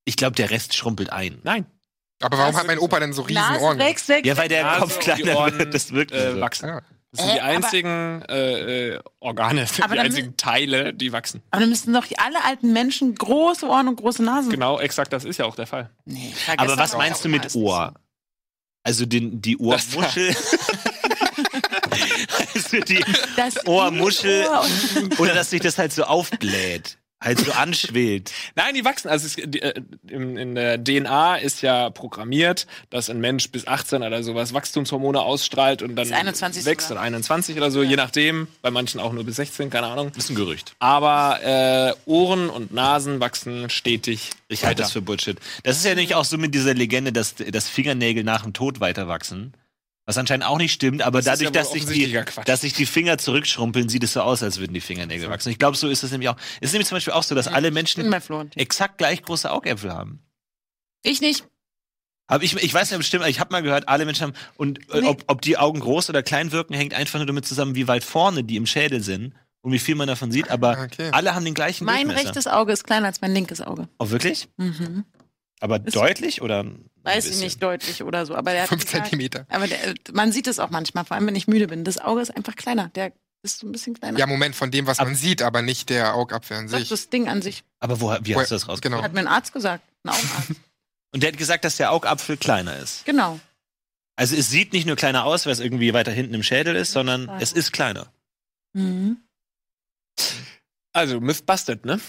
Ich glaube, der Rest schrumpelt ein.
Nein.
Aber warum hat mein Opa denn so riesen Ohren?
wächst, wächst.
Ja, weil der
Nase
Kopf
und Also die
kleiner
Ohren,
wird. Das wirkt
Äh,
so.
wachsen.
Ja.
Das sind
Äh,
die einzigen äh, äh, Organe, [laughs]
Aber
die
dann-
einzigen Teile, die wachsen.
Aber dann müssen doch alle alten Menschen große Ohren und große Nasen.
Genau, exakt, das ist ja auch der Fall.
Nee, ich war
Aber
gestern
was
auch
meinst du mit
meistens.
Ohr? Also den, die [laughs] Ohrmuschel. also die
Das
Ohrmuschel.
Ohr und-
Oder dass sich das halt so aufbläht. Halt so anschwillt.
Nein, die wachsen. Also es, die, äh, in, in der DNA ist ja programmiert, dass ein Mensch bis 18 oder sowas Wachstumshormone ausstrahlt und dann
Bis 21
wächst
sogar.
oder 21 oder so, je nachdem. Bei manchen auch nur bis 16, keine Ahnung.
Das ist ein Gerücht.
Aber äh, Ohren und Nasen wachsen stetig.
Ich halte
weiter.
das für Bullshit. Das ist ja nämlich auch so mit dieser Legende, dass, dass Fingernägel nach dem Tod weiterwachsen. Was anscheinend auch nicht stimmt, aber
Das ist
dadurch,
ja wohl
dass, sich die,
offensichtlicher Quatsch.
dass sich die Finger zurückschrumpeln, sieht es so aus, als würden die Fingernägel wachsen. Ich glaube, so ist es nämlich auch. Es ist nämlich zum Beispiel auch so, dass alle
Ich bin
Menschen
bei Flo und Tim.
exakt gleich große Augäpfel haben.
Ich nicht.
Aber ich, ich weiß nicht, ob es stimmt, aber ich habe mal gehört, alle Menschen haben, und äh,
Nee.
ob, ob die Augen groß oder klein wirken, hängt einfach nur damit zusammen, wie weit vorne die im Schädel sind und wie viel man davon sieht, aber
Ah, okay.
alle haben den gleichen
Mein
Durchmesser.
rechtes Auge ist kleiner als mein linkes Auge.
Oh, wirklich?
Mhm.
Aber
Ist-
deutlich oder? ein
Weiß ich
bisschen?
nicht deutlich oder so. Aber der hat
Fünf
gesagt-
Zentimeter.
Aber der, äh, man sieht es auch manchmal, vor allem wenn ich müde bin. Das Auge ist einfach kleiner. Der ist so ein bisschen kleiner.
Ja, Moment, von dem, was man sieht, aber nicht der Augapfel an
Doch,
sich.
das Ding an sich.
Aber woher, wie
Woher-
hast du das rausgefunden? [laughs]
Genau.
Hat mir ein Arzt gesagt. Ein Augenarzt.
Und der hat gesagt, dass der Augapfel kleiner ist.
Genau.
Also es sieht nicht nur kleiner aus, weil es irgendwie weiter hinten im Schädel ist, sondern
Total.
es ist kleiner.
Mhm.
Also, Myth busted, ne?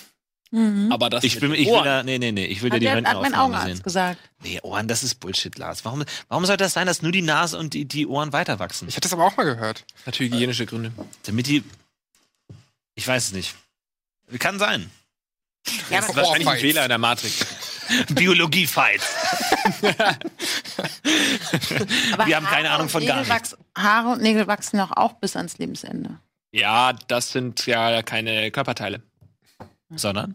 Mhm.
Aber das
Ich,
mit
bin,
den
ich will
Ohren.
da, nee, nee, nee, ich will dir
Hat,
die
der, hat mein
Rentenaufnahme
Augenarzt
sehen.
gesagt.
Nee, Ohren, das ist Bullshit, Lars. Warum, warum soll das sein, dass nur die Nase und die, die Ohren weiter wachsen?
Ich hatte das aber auch mal gehört.
Hat hygienische Gründe.
Damit die. Ich weiß es nicht. Kann sein. [laughs]
Ja,
Das
aber
ist wahrscheinlich
Wahrscheinlich ein Fehler in der Matrix.
[laughs]
Biologie-Fight.
Aber
Wir haben
Haare
keine Ahnung
und
von
Nägel
gar nichts.
wachsen- Haare und Nägel wachsen doch auch bis ans [laughs] Lebensende.
Ja, das sind ja keine Körperteile.
Sondern?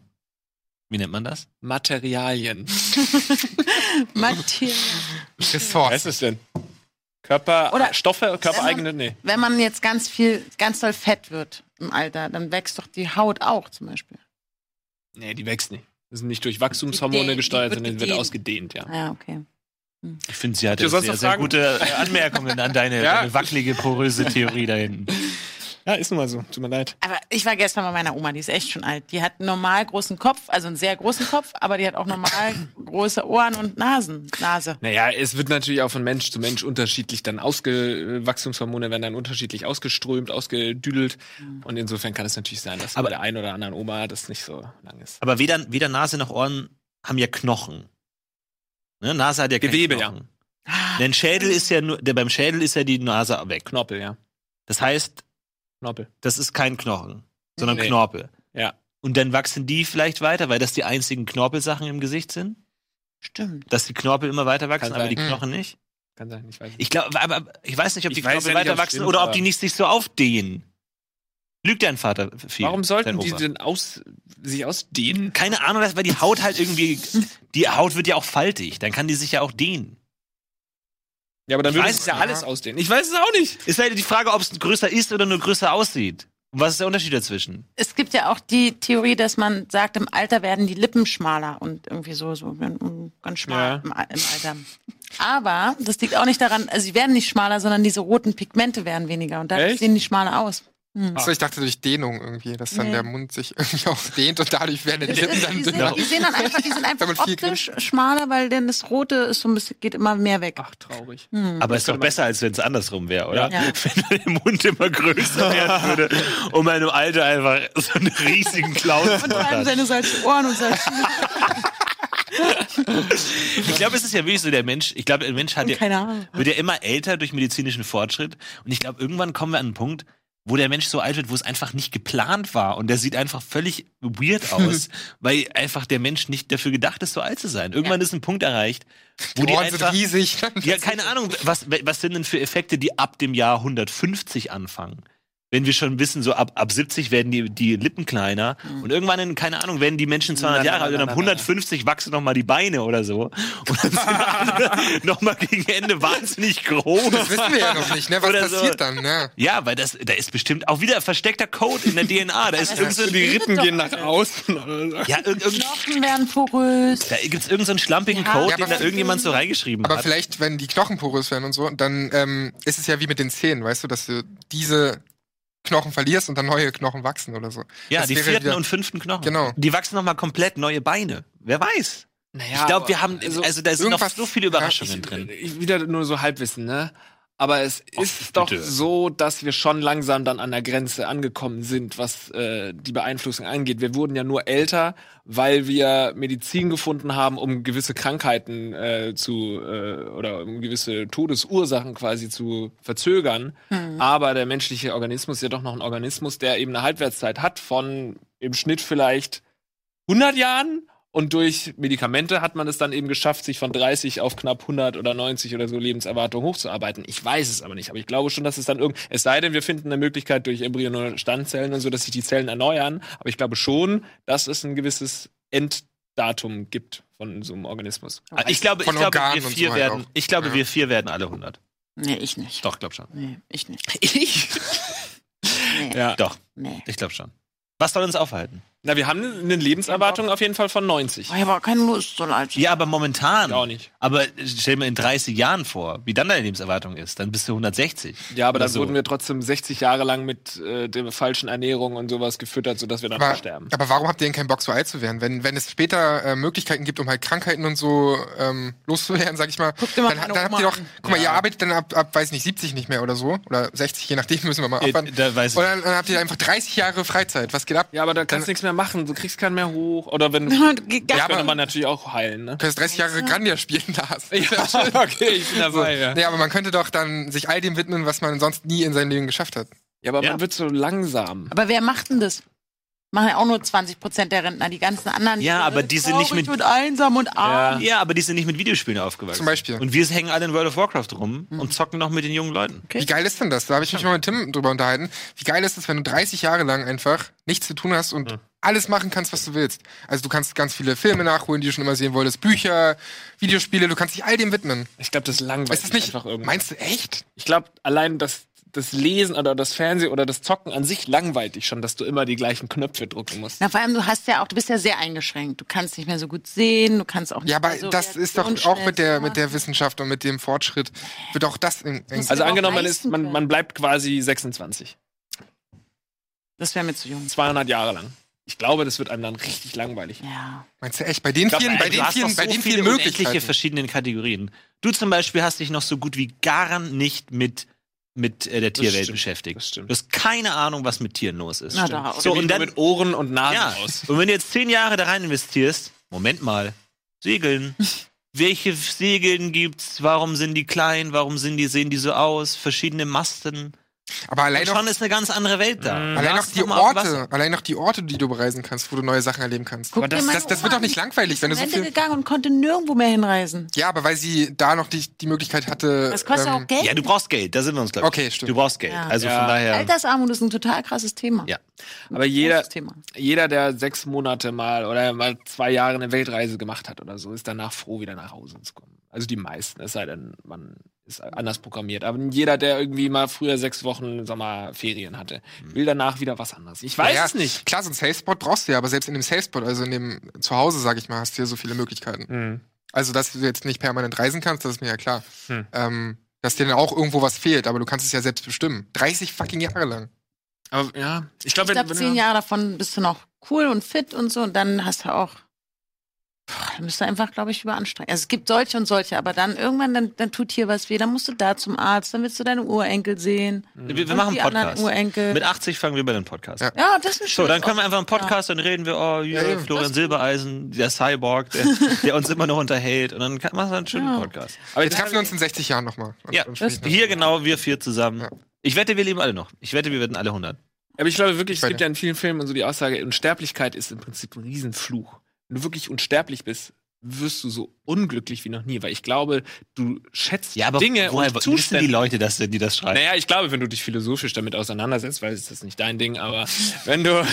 Wie nennt man das?
Materialien.
Matthias.
Was
Ressourcen.
ist es denn? Körper,
Oder-
Stoffe, körpereigene, nee.
Wenn man jetzt ganz viel, ganz doll fett wird im Alter, dann wächst doch die Haut auch zum Beispiel.
Nee, die wächst nicht. Die sind nicht durch Wachstumshormone
Gedehnt, die
gesteuert,
wird
sondern die wird
gedehnt.
ausgedehnt, ja.
Ja, okay.
Ich finde, sie hatte
Ja, sonst
sehr,
noch
sehr
Fragen?
gute äh, Anmerkungen an deine,
[laughs] Ja.
deine wackelige, poröse Theorie da hinten.
Ja, ist nun mal so. Tut mir leid.
Aber ich war gestern bei meiner Oma, die ist echt schon alt. Die hat einen normal großen Kopf, also einen sehr großen Kopf, aber die hat auch normal große Ohren und Nasen. Nase.
Naja, es wird natürlich auch von Mensch zu Mensch unterschiedlich dann ausge... Wachstumshormone werden dann unterschiedlich ausgeströmt, ausgedüdelt.
Mhm.
Und insofern kann es natürlich sein, dass
Aber-
bei der einen oder anderen Oma das nicht so lang ist.
Aber weder, weder Nase noch Ohren haben ja Knochen. Ne? Nase hat ja keine
Gewebe, ja.
Knochen. Denn Schädel ist ja nur, der, beim Schädel ist ja die Nase weg.
Knorpel, ja.
Das heißt,
Knorpel.
das ist kein Knochen, sondern
Nee.
Knorpel.
Ja.
Und dann wachsen die vielleicht weiter, weil das die einzigen Knorpelsachen im Gesicht sind.
Stimmt.
Dass die Knorpel immer weiter wachsen,
Kann
aber
sein.
die Knochen nicht.
Kann sein, ich weiß nicht.
Ich glaube, aber aber ich weiß nicht, ob die
Ich weiß
Knorpel
ja nicht,
weiter
ob's
wachsen
stimmt,
oder ob
aber-
die nicht sich so aufdehnen. Lügt dein Vater viel?
Warum sollten
dein
die
Opa?
denn aus, sich ausdehnen?
Keine Ahnung, das- weil die Haut halt irgendwie, die Haut wird ja auch faltig, dann kann die sich ja auch dehnen.
Ja, aber dann
Ich
würde
weiß
es ja
es
alles
nicht.
ausdehnen. Ich weiß es auch nicht.
Ist leider die Frage, ob es größer ist oder nur größer aussieht. Und was ist der Unterschied dazwischen?
Es gibt ja auch die Theorie, dass man sagt, im Alter werden die Lippen schmaler und irgendwie so, so mm, ganz schmal
Ja.
im, Al- im Alter. Aber das liegt auch nicht daran, also sie werden nicht schmaler, sondern diese roten Pigmente werden weniger und dadurch
Echt?
sehen die schmaler aus.
Achso, ich dachte durch Dehnung irgendwie, dass dann
Nee.
der Mund sich [laughs] irgendwie ausdehnt und dadurch werden die
Das
Lippen
ist,
dann
die,
Genau.
sehen, die sehen dann einfach, die sind einfach
Damit viel
optisch schmaler, weil denn das Rote ist so ein bisschen, geht immer mehr weg.
Ach, traurig.
Hm.
Aber ist doch besser, als wenn es andersrum wäre, oder?
Ja. Ja.
[laughs] Wenn der Mund immer
[laughs]
größer werden würde und man im Alter einfach so einen riesigen Clown
Und vor allem
hat.
seine solchen Ohren und solche
Ich glaube, es ist ja wirklich so, der Mensch, ich glaube, der Mensch hat ja,
Keine Ahnung.
wird ja immer älter durch medizinischen Fortschritt. Und ich glaube, irgendwann kommen wir an einen Punkt, wo der Mensch so alt wird, wo es einfach nicht geplant war. Und der sieht einfach völlig weird aus, weil einfach der Mensch nicht dafür gedacht ist, so alt zu sein. Irgendwann ist ein Punkt erreicht, wo die,
die Ohren sind
einfach...
riesig.
Ja, keine Ahnung, was, was sind denn für Effekte, die ab dem Jahr 150 anfangen? Wenn wir schon wissen, so ab, ab 70 werden die, die Lippen kleiner
Hm.
und irgendwann, in, keine Ahnung, werden die Menschen 200
Nein, nein,
Jahre alt und
nein,
ab
nein,
150 wachsen nochmal die Beine oder so. Und
[laughs]
dann sind alle nochmal gegen Ende wahnsinnig
Das
groß.
wissen wir ja noch nicht, ne? Was
Oder so.
passiert dann, ne?
Ja, weil das, da ist bestimmt auch wieder versteckter Code in der
[laughs]
DNA. Da ist irgend so,
Die Rippen
doch
gehen nach außen. oder so.
ja, irgend, irgend,
Knochen werden porös.
da gibt's irgendeinen so einen schlampigen
Ja.
Code,
Ja,
aber
den da irgendjemand so reingeschrieben
Aber
hat.
vielleicht, wenn die Knochen porös werden und so, dann ähm, ist es ja wie mit den Zähnen, weißt du, dass du diese Knochen verlierst und dann neue Knochen wachsen oder so.
Ja,
das
die
wäre
vierten
wieder-
und fünften Knochen.
Genau.
Die wachsen nochmal komplett neue Beine. Wer weiß? ich glaube, wir haben, also, da sind noch
irgendwas-
so viele Überraschungen drin.
Ich, wieder nur so Halbwissen, ne? Aber es
bitte.
ist doch so, dass wir schon langsam dann an der Grenze angekommen sind, was äh, die Beeinflussung angeht. Wir wurden ja nur älter, weil wir Medizin gefunden haben, um gewisse Krankheiten äh, zu äh, oder um gewisse Todesursachen quasi zu verzögern. Aber der menschliche Organismus ist ja doch noch ein Organismus, der eben eine Halbwertszeit hat von im Schnitt vielleicht 100 Jahren und durch Medikamente hat man es dann eben geschafft, sich von 30 auf knapp 100 oder 90 oder so Lebenserwartung hochzuarbeiten. Ich weiß es aber nicht, aber ich glaube schon, dass es dann irgend, es sei denn, wir finden eine Möglichkeit durch embryonale Standzellen und so, dass sich die Zellen erneuern. Aber ich glaube schon, dass es ein gewisses Enddatum gibt von so einem Organismus.
Ah, Ich glaube, ich
Von
glaube,
Organen
wir
und so
vier
halt
werden,
auch.
ich glaube,
Ja.
wir vier werden alle 100.
Nee, ich nicht.
Doch, glaub schon.
Nee, ich nicht.
Ich?
Nee,
Ja.
Doch,
nee.
ich glaube schon. Was soll uns aufhalten?
Na, wir haben eine Lebenserwartung auf jeden Fall von 90.
Oh, ich habe auch keine Lust, so alt. [laughs]
Ja, aber momentan.
Ja, auch nicht.
Aber stell dir mal in 30 Jahren vor, wie dann deine Lebenserwartung ist. Dann bist du 160.
Ja, aber
Oder
dann wurden wir trotzdem 60 Jahre lang mit äh, der falschen Ernährung und sowas gefüttert, sodass wir dann
Aber,
sterben.
aber warum habt ihr denn keinen Bock, so alt zu werden? Wenn, wenn es später äh, Möglichkeiten gibt, um halt Krankheiten und so ähm, loszuwerden, sag ich mal,
dir mal
dann,
meine
dann habt ihr
Oma
doch, guck mal, ihr arbeitet dann ab, ab, weiß nicht, 70 nicht mehr oder so, oder 60, je nachdem, [laughs] müssen wir mal
Äh,
abwarten.
da weiß ich-
Und dann, dann habt ihr einfach 30 Jahre Freizeit. Was geht ab?
Ja, aber da kannst du nichts mehr machen. Du kriegst keinen mehr hoch. Oder [laughs] wenn.
Ja,
ja,
aber-
könnte man natürlich auch heilen, [laughs] ne?
Du könntest 30 Jahre Grandia spielen, Lars.
[laughs] okay, ich bin
So.
dabei, ja.
Nee, aber man könnte doch dann sich all dem widmen, was man sonst nie in seinem Leben geschafft hat.
Ja, aber
Ja.
man wird so langsam.
Aber wer macht denn das? Machen ja auch nur 20 Prozent der Rentner, die ganzen anderen. äh,
Ja, aber die sind nicht
traurig
mit-
und einsam und arm.
Ja, aber die sind nicht mit Videospielen aufgewachsen.
Zum Beispiel. Hm.
Und wir hängen alle in World of Warcraft rum und zocken noch mit den jungen Leuten.
Wie geil ist denn das? Da habe ich mich mal mit Tim drüber unterhalten. Wie geil ist es, wenn du 30 Jahre lang einfach nichts zu tun hast
Hm.
und alles machen kannst, was du willst. Also du kannst ganz viele Filme nachholen, die du schon immer sehen wolltest, Bücher, Videospiele, du kannst dich all dem widmen.
Ich glaube, das langweilt
Ist das nicht,
einfach irgendwann.
meinst du echt?
Ich glaube, allein das, das Lesen oder das Fernsehen oder das Zocken an sich langweilt dich schon, dass du immer die gleichen Knöpfe drücken musst.
Na, vor allem, du hast ja auch, du bist ja sehr eingeschränkt. Du kannst nicht mehr so gut sehen, du kannst auch nicht
Ja, aber
mehr Also, so
das ist doch auch
reaktionsschnell
mit der,
machen.
mit der Wissenschaft und mit dem Fortschritt, wird auch das in, in
Muss-
Also
aber auch
angenommen, man, ist,
leisten
man,
können.
man bleibt quasi 26.
ne? Das wäre mir zu jung.
200 Jahre lang. Ich glaube, das wird einem dann richtig langweilig.
Ja.
meinst du echt, bei den
Gott,
vielen,
ey,
bei
also du
den
hast doch
vielen, bei
so
den
viele
vielen
unendliche
Möglichkeiten.
verschiedenen Kategorien. Du zum Beispiel hast dich noch so gut wie gar nicht mit, mit äh, der Tierwelt
stimmt,
beschäftigt.
das stimmt.
Du hast keine Ahnung, was mit Tieren los ist.
Na, da,
so,
Wie
und
nur
dann,
mit Ohren und Nasen
ja,
aus.
und wenn du jetzt zehn Jahre da rein investierst, Moment mal,
[laughs]
Segeln. Welche Segeln gibt's? Warum sind die klein? Warum sind die, sehen die so aus? Verschiedene Masten.
Aber allein
Und
auch,
schon ist eine ganz andere Welt da. Du
allein auch
lachst
die
noch mal auf dem Wasser.
Orte, allein auch die Orte, die du bereisen kannst, wo du neue Sachen erleben kannst.
Guck dir
das,
meine
das, das wird
Oma
doch nicht
an.
langweilig, wenn
Die
du
ist
so
in Rente
viel...
gegangen und konnte nirgendwo mehr hinreisen.
Ja, aber weil sie da noch die, die Möglichkeit hatte... ähm,
Das kostet ja auch Geld.
Ja, du brauchst Geld, da sind wir uns, glaube ich.
Okay, stimmt.
Du brauchst Geld.
Ja.
Also
Ja.
von daher.
Altersarmut ist ein total krasses Thema.
Ja.
Aber jeder,
Großes Thema.
jeder, der sechs Monate mal oder mal zwei Jahre eine Weltreise gemacht hat oder so, ist danach froh, wieder nach Hause zu kommen. Also die meisten, es sei denn, man ist anders programmiert. Aber jeder, der irgendwie mal früher sechs Wochen Sommerferien hatte,
Hm.
will danach wieder was anderes. Ich weiß
Naja,
es nicht.
Klar, so ein Safe Spot brauchst du ja, aber selbst in dem Safe Spot, also in dem Zuhause, sag ich mal, hast du ja so viele Möglichkeiten.
Hm.
Also, dass du jetzt nicht permanent reisen kannst, das ist mir ja klar.
Hm.
Ähm, dass dir dann auch irgendwo was fehlt, aber du kannst es ja selbst bestimmen. 30 fucking Jahre lang.
Aber ja, ich glaube,
Ich glaube, zehn Jahre davon bist du noch cool und fit und so und dann hast du auch. Boah, dann bist du einfach, glaube ich, überanstrengend. Also es gibt solche und solche, aber dann irgendwann, dann, dann tut hier was weh, dann musst du da zum Arzt, dann willst du deine Urenkel sehen.
Wir, wir
Und
machen
die
einen
anderen
Podcast.
Urenkel.
Mit 80 fangen wir bei den Podcast.
Mhm. Ja.
ja, das ist ein
So,
schönes
dann können wir einfach einen Podcast, dann reden wir, oh, hier,
Ja, eben.
Florian Silbereisen, der Cyborg,
[laughs]
der, der uns immer noch unterhält. Und dann kann, machen wir einen schönen
Ja.
Podcast.
aber
Wir treffen uns in 60 Jahren nochmal.
Ja, hier genau, wir vier zusammen.
Ja.
Ich wette, wir leben alle noch. Ich wette, wir werden alle 100.
Aber ich glaube wirklich,
Ich
es gibt
beide.
ja in vielen Filmen so die Aussage, Unsterblichkeit ist im Prinzip ein Riesenfluch. Wenn du wirklich unsterblich bist, wirst du so unglücklich wie noch nie, weil ich glaube, du schätzt Dinge
woher
und
wissen die
Zustände.
Leute das denn, die das schreiben?
Naja, ich glaube, wenn du dich philosophisch damit auseinandersetzt, weil es ist das nicht dein Ding, aber [laughs] wenn du,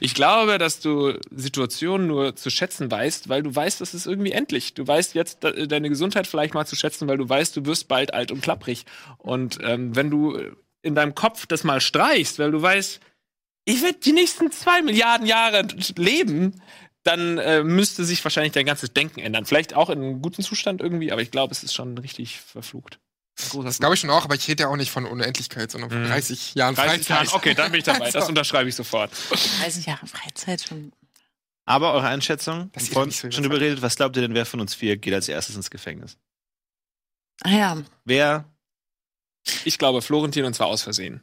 ich glaube, dass du Situationen nur zu schätzen weißt, weil du weißt, das ist irgendwie endlich. Du weißt jetzt de- deine Gesundheit vielleicht mal zu schätzen, weil du weißt, du wirst bald alt und klapprig. Und ähm, wenn du in deinem Kopf das mal streichst, weil du weißt, ich werde die nächsten zwei Milliarden Jahre leben, dann äh, müsste sich wahrscheinlich dein ganzes Denken ändern. Vielleicht auch in einem guten Zustand irgendwie, aber ich glaube, es ist schon richtig verflucht. Ein großer
Das glaube ich schon auch, aber ich rede ja auch nicht von Unendlichkeit, sondern von
Mhm.
30 Jahren
30 Jahren,
Freizeit.
okay, dann bin ich [laughs] dabei. Das unterschreibe ich sofort.
30 Jahre Freizeit schon.
Aber eure Einschätzung,
Das ist
von,
nicht so
schon
überzeugt.
überredet, was glaubt ihr denn, wer von uns vier geht als erstes ins Gefängnis?
Ah ja.
Wer?
Ich glaube, Florentin und zwar aus Versehen.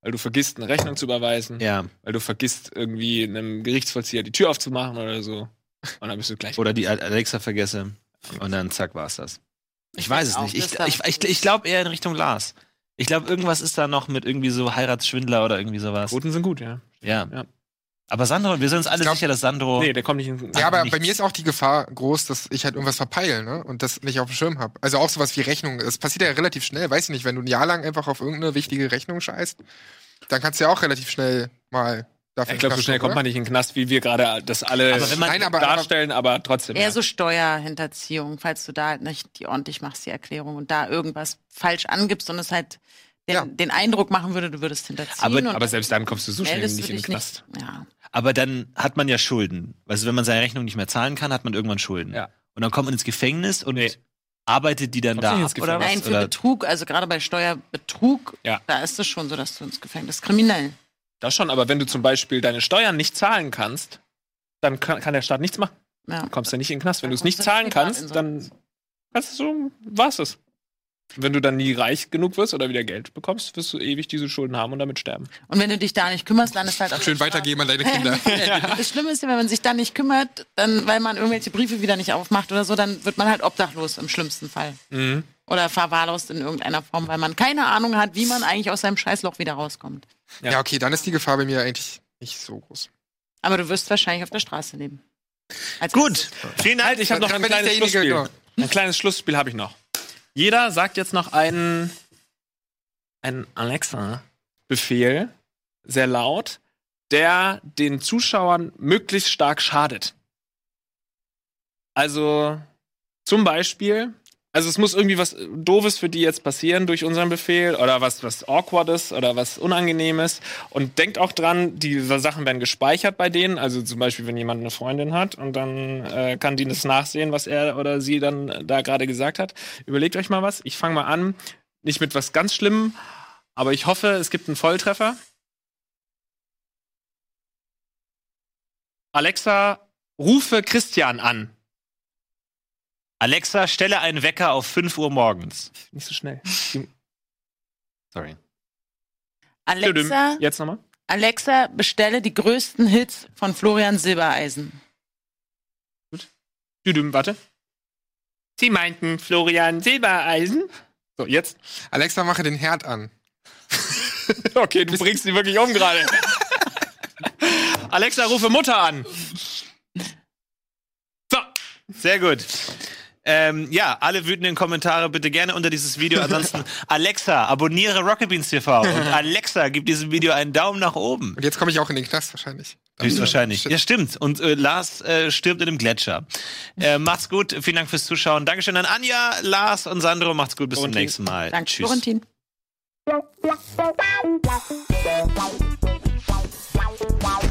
Weil du vergisst, eine Rechnung zu überweisen,
Ja.
weil du vergisst, irgendwie einem Gerichtsvollzieher die Tür aufzumachen oder so. Und dann bist du gleich.
Oder die Al- Alexa vergesse. Und dann zack, war's das. Ich
Ich
weiß
denk
es
auch,
nicht.
das
Ich,
darf
ich, ich,
nicht.
ich glaube eher in Richtung Lars. Ich glaube, irgendwas ist da noch mit irgendwie so Heiratsschwindler oder irgendwie sowas.
Quoten sind gut, ja.
Ja.
Ja.
Aber Sandro, wir sind uns alle
glaub-
sicher, dass Sandro.
Nee, der kommt nicht in.
Ja, aber
nichts.
bei mir ist auch die Gefahr groß, dass ich halt irgendwas verpeile ne? und das nicht auf dem Schirm habe. Also auch sowas wie Rechnung. Das passiert ja relativ schnell, weiß ich nicht. Wenn du ein Jahr lang einfach auf irgendeine wichtige Rechnung scheißt, dann kannst du ja auch relativ schnell mal dafür.
ich glaube, so schnell kommt man nicht in den Knast, wie wir gerade das alle
Aber wenn man-
Nein, aber-
darstellen, aber trotzdem.
Eher
Ja.
so Steuerhinterziehung, falls du da halt nicht die ordentlich machst, die Erklärung und da irgendwas falsch angibst und es halt den,
Ja.
den Eindruck machen würde, du würdest hinterziehen.
Aber-
und
Aber selbst dann kommst du so schnell
meldest
nicht
du
in den
dich
Knast.
Nicht. Ja.
Aber dann hat man ja Schulden. Also wenn man seine Rechnung nicht mehr zahlen kann, hat man irgendwann Schulden.
Ja.
Und dann kommt man ins Gefängnis und
Nee.
arbeitet die dann
Kommst
da
nicht
ab,
ins
oder was?
Nein, für
oder
Betrug, also gerade bei Steuerbetrug,
Ja.
da ist es schon so, dass du ins Gefängnis bist. Kriminell.
Das schon, aber wenn du zum Beispiel deine Steuern nicht zahlen kannst, dann kann, kann der Staat nichts machen.
Ja.
Kommst du nicht in den Knast. Wenn du
Dann
es nicht
kommst du
zahlen kannst,
Privatinsolvenz.
dann kannst du, war's es. Wenn du dann nie reich genug wirst oder wieder Geld bekommst, wirst du ewig diese Schulden haben und damit sterben.
Und wenn du dich da nicht kümmerst, landest du halt auf
Schön
der Straße.
weitergeben an deine Kinder.
Das Schlimme ist ja, wenn man sich da nicht kümmert, dann, weil man irgendwelche Briefe wieder nicht aufmacht oder so, dann wird man halt obdachlos im schlimmsten Fall. Oder verwahrlost in irgendeiner Form, weil man keine Ahnung hat, wie man eigentlich aus seinem Scheißloch wieder rauskommt.
Ja.
[laughs] Ja, okay, dann ist die Gefahr bei mir eigentlich nicht so groß.
Aber du wirst wahrscheinlich auf der Straße leben. Als
Gut,
erstes.
vielen Dank.
Halt, ich habe noch
Dann
ein
bin ich
kleines
derjenige, genau.
Schlussspiel. Ein kleines Schlussspiel habe ich noch. Jeder sagt jetzt noch einen, einen Alexa-Befehl, sehr laut, der den Zuschauern möglichst stark schadet. Also zum Beispiel, also es muss irgendwie was Doofes für die jetzt passieren durch unseren Befehl oder was, was Awkwardes oder was Unangenehmes. Und denkt auch dran, die Sachen werden gespeichert bei denen. Also zum Beispiel, wenn jemand eine Freundin hat und dann äh, kann die das nachsehen, was er oder sie dann da gerade gesagt hat. Überlegt euch mal was. Ich fange mal an. Nicht mit was ganz Schlimmem, aber ich hoffe, es gibt einen Volltreffer. Alexa, rufe Christian an.
Alexa, stelle einen Wecker auf 5 Uhr morgens.
Nicht so schnell.
Sorry.
Alexa,
Jetzt nochmal.
Alexa, bestelle die größten Hits von Florian Silbereisen.
Düdüm, warte. Sie meinten Florian Silbereisen. So, jetzt. [laughs]
Alexa, mache den Herd an.
Okay, du bringst sie wirklich um gerade. Alexa, rufe Mutter [laughs] an. So.
Sehr gut. Ähm, ja, alle wütenden Kommentare bitte gerne unter dieses [laughs] Video. Ansonsten, Alexa, abonniere Rocket Beans [laughs] TV. Und Alexa, gib diesem Video einen Daumen nach oben.
Und jetzt komme ich auch in den Knast wahrscheinlich.
Höchstwahrscheinlich.
Shit.
Ja, stimmt. Und äh, Lars äh, stirbt in einem Gletscher. Äh, macht's gut. Vielen Dank fürs Zuschauen. Dankeschön an Anja, Lars und Sandro. Macht's gut. Bis zum
Florentin.
nächsten Mal.
Danke, Florentin.
Wow, wow, wow, wow, wow, wow, wow, wow, wow, wow.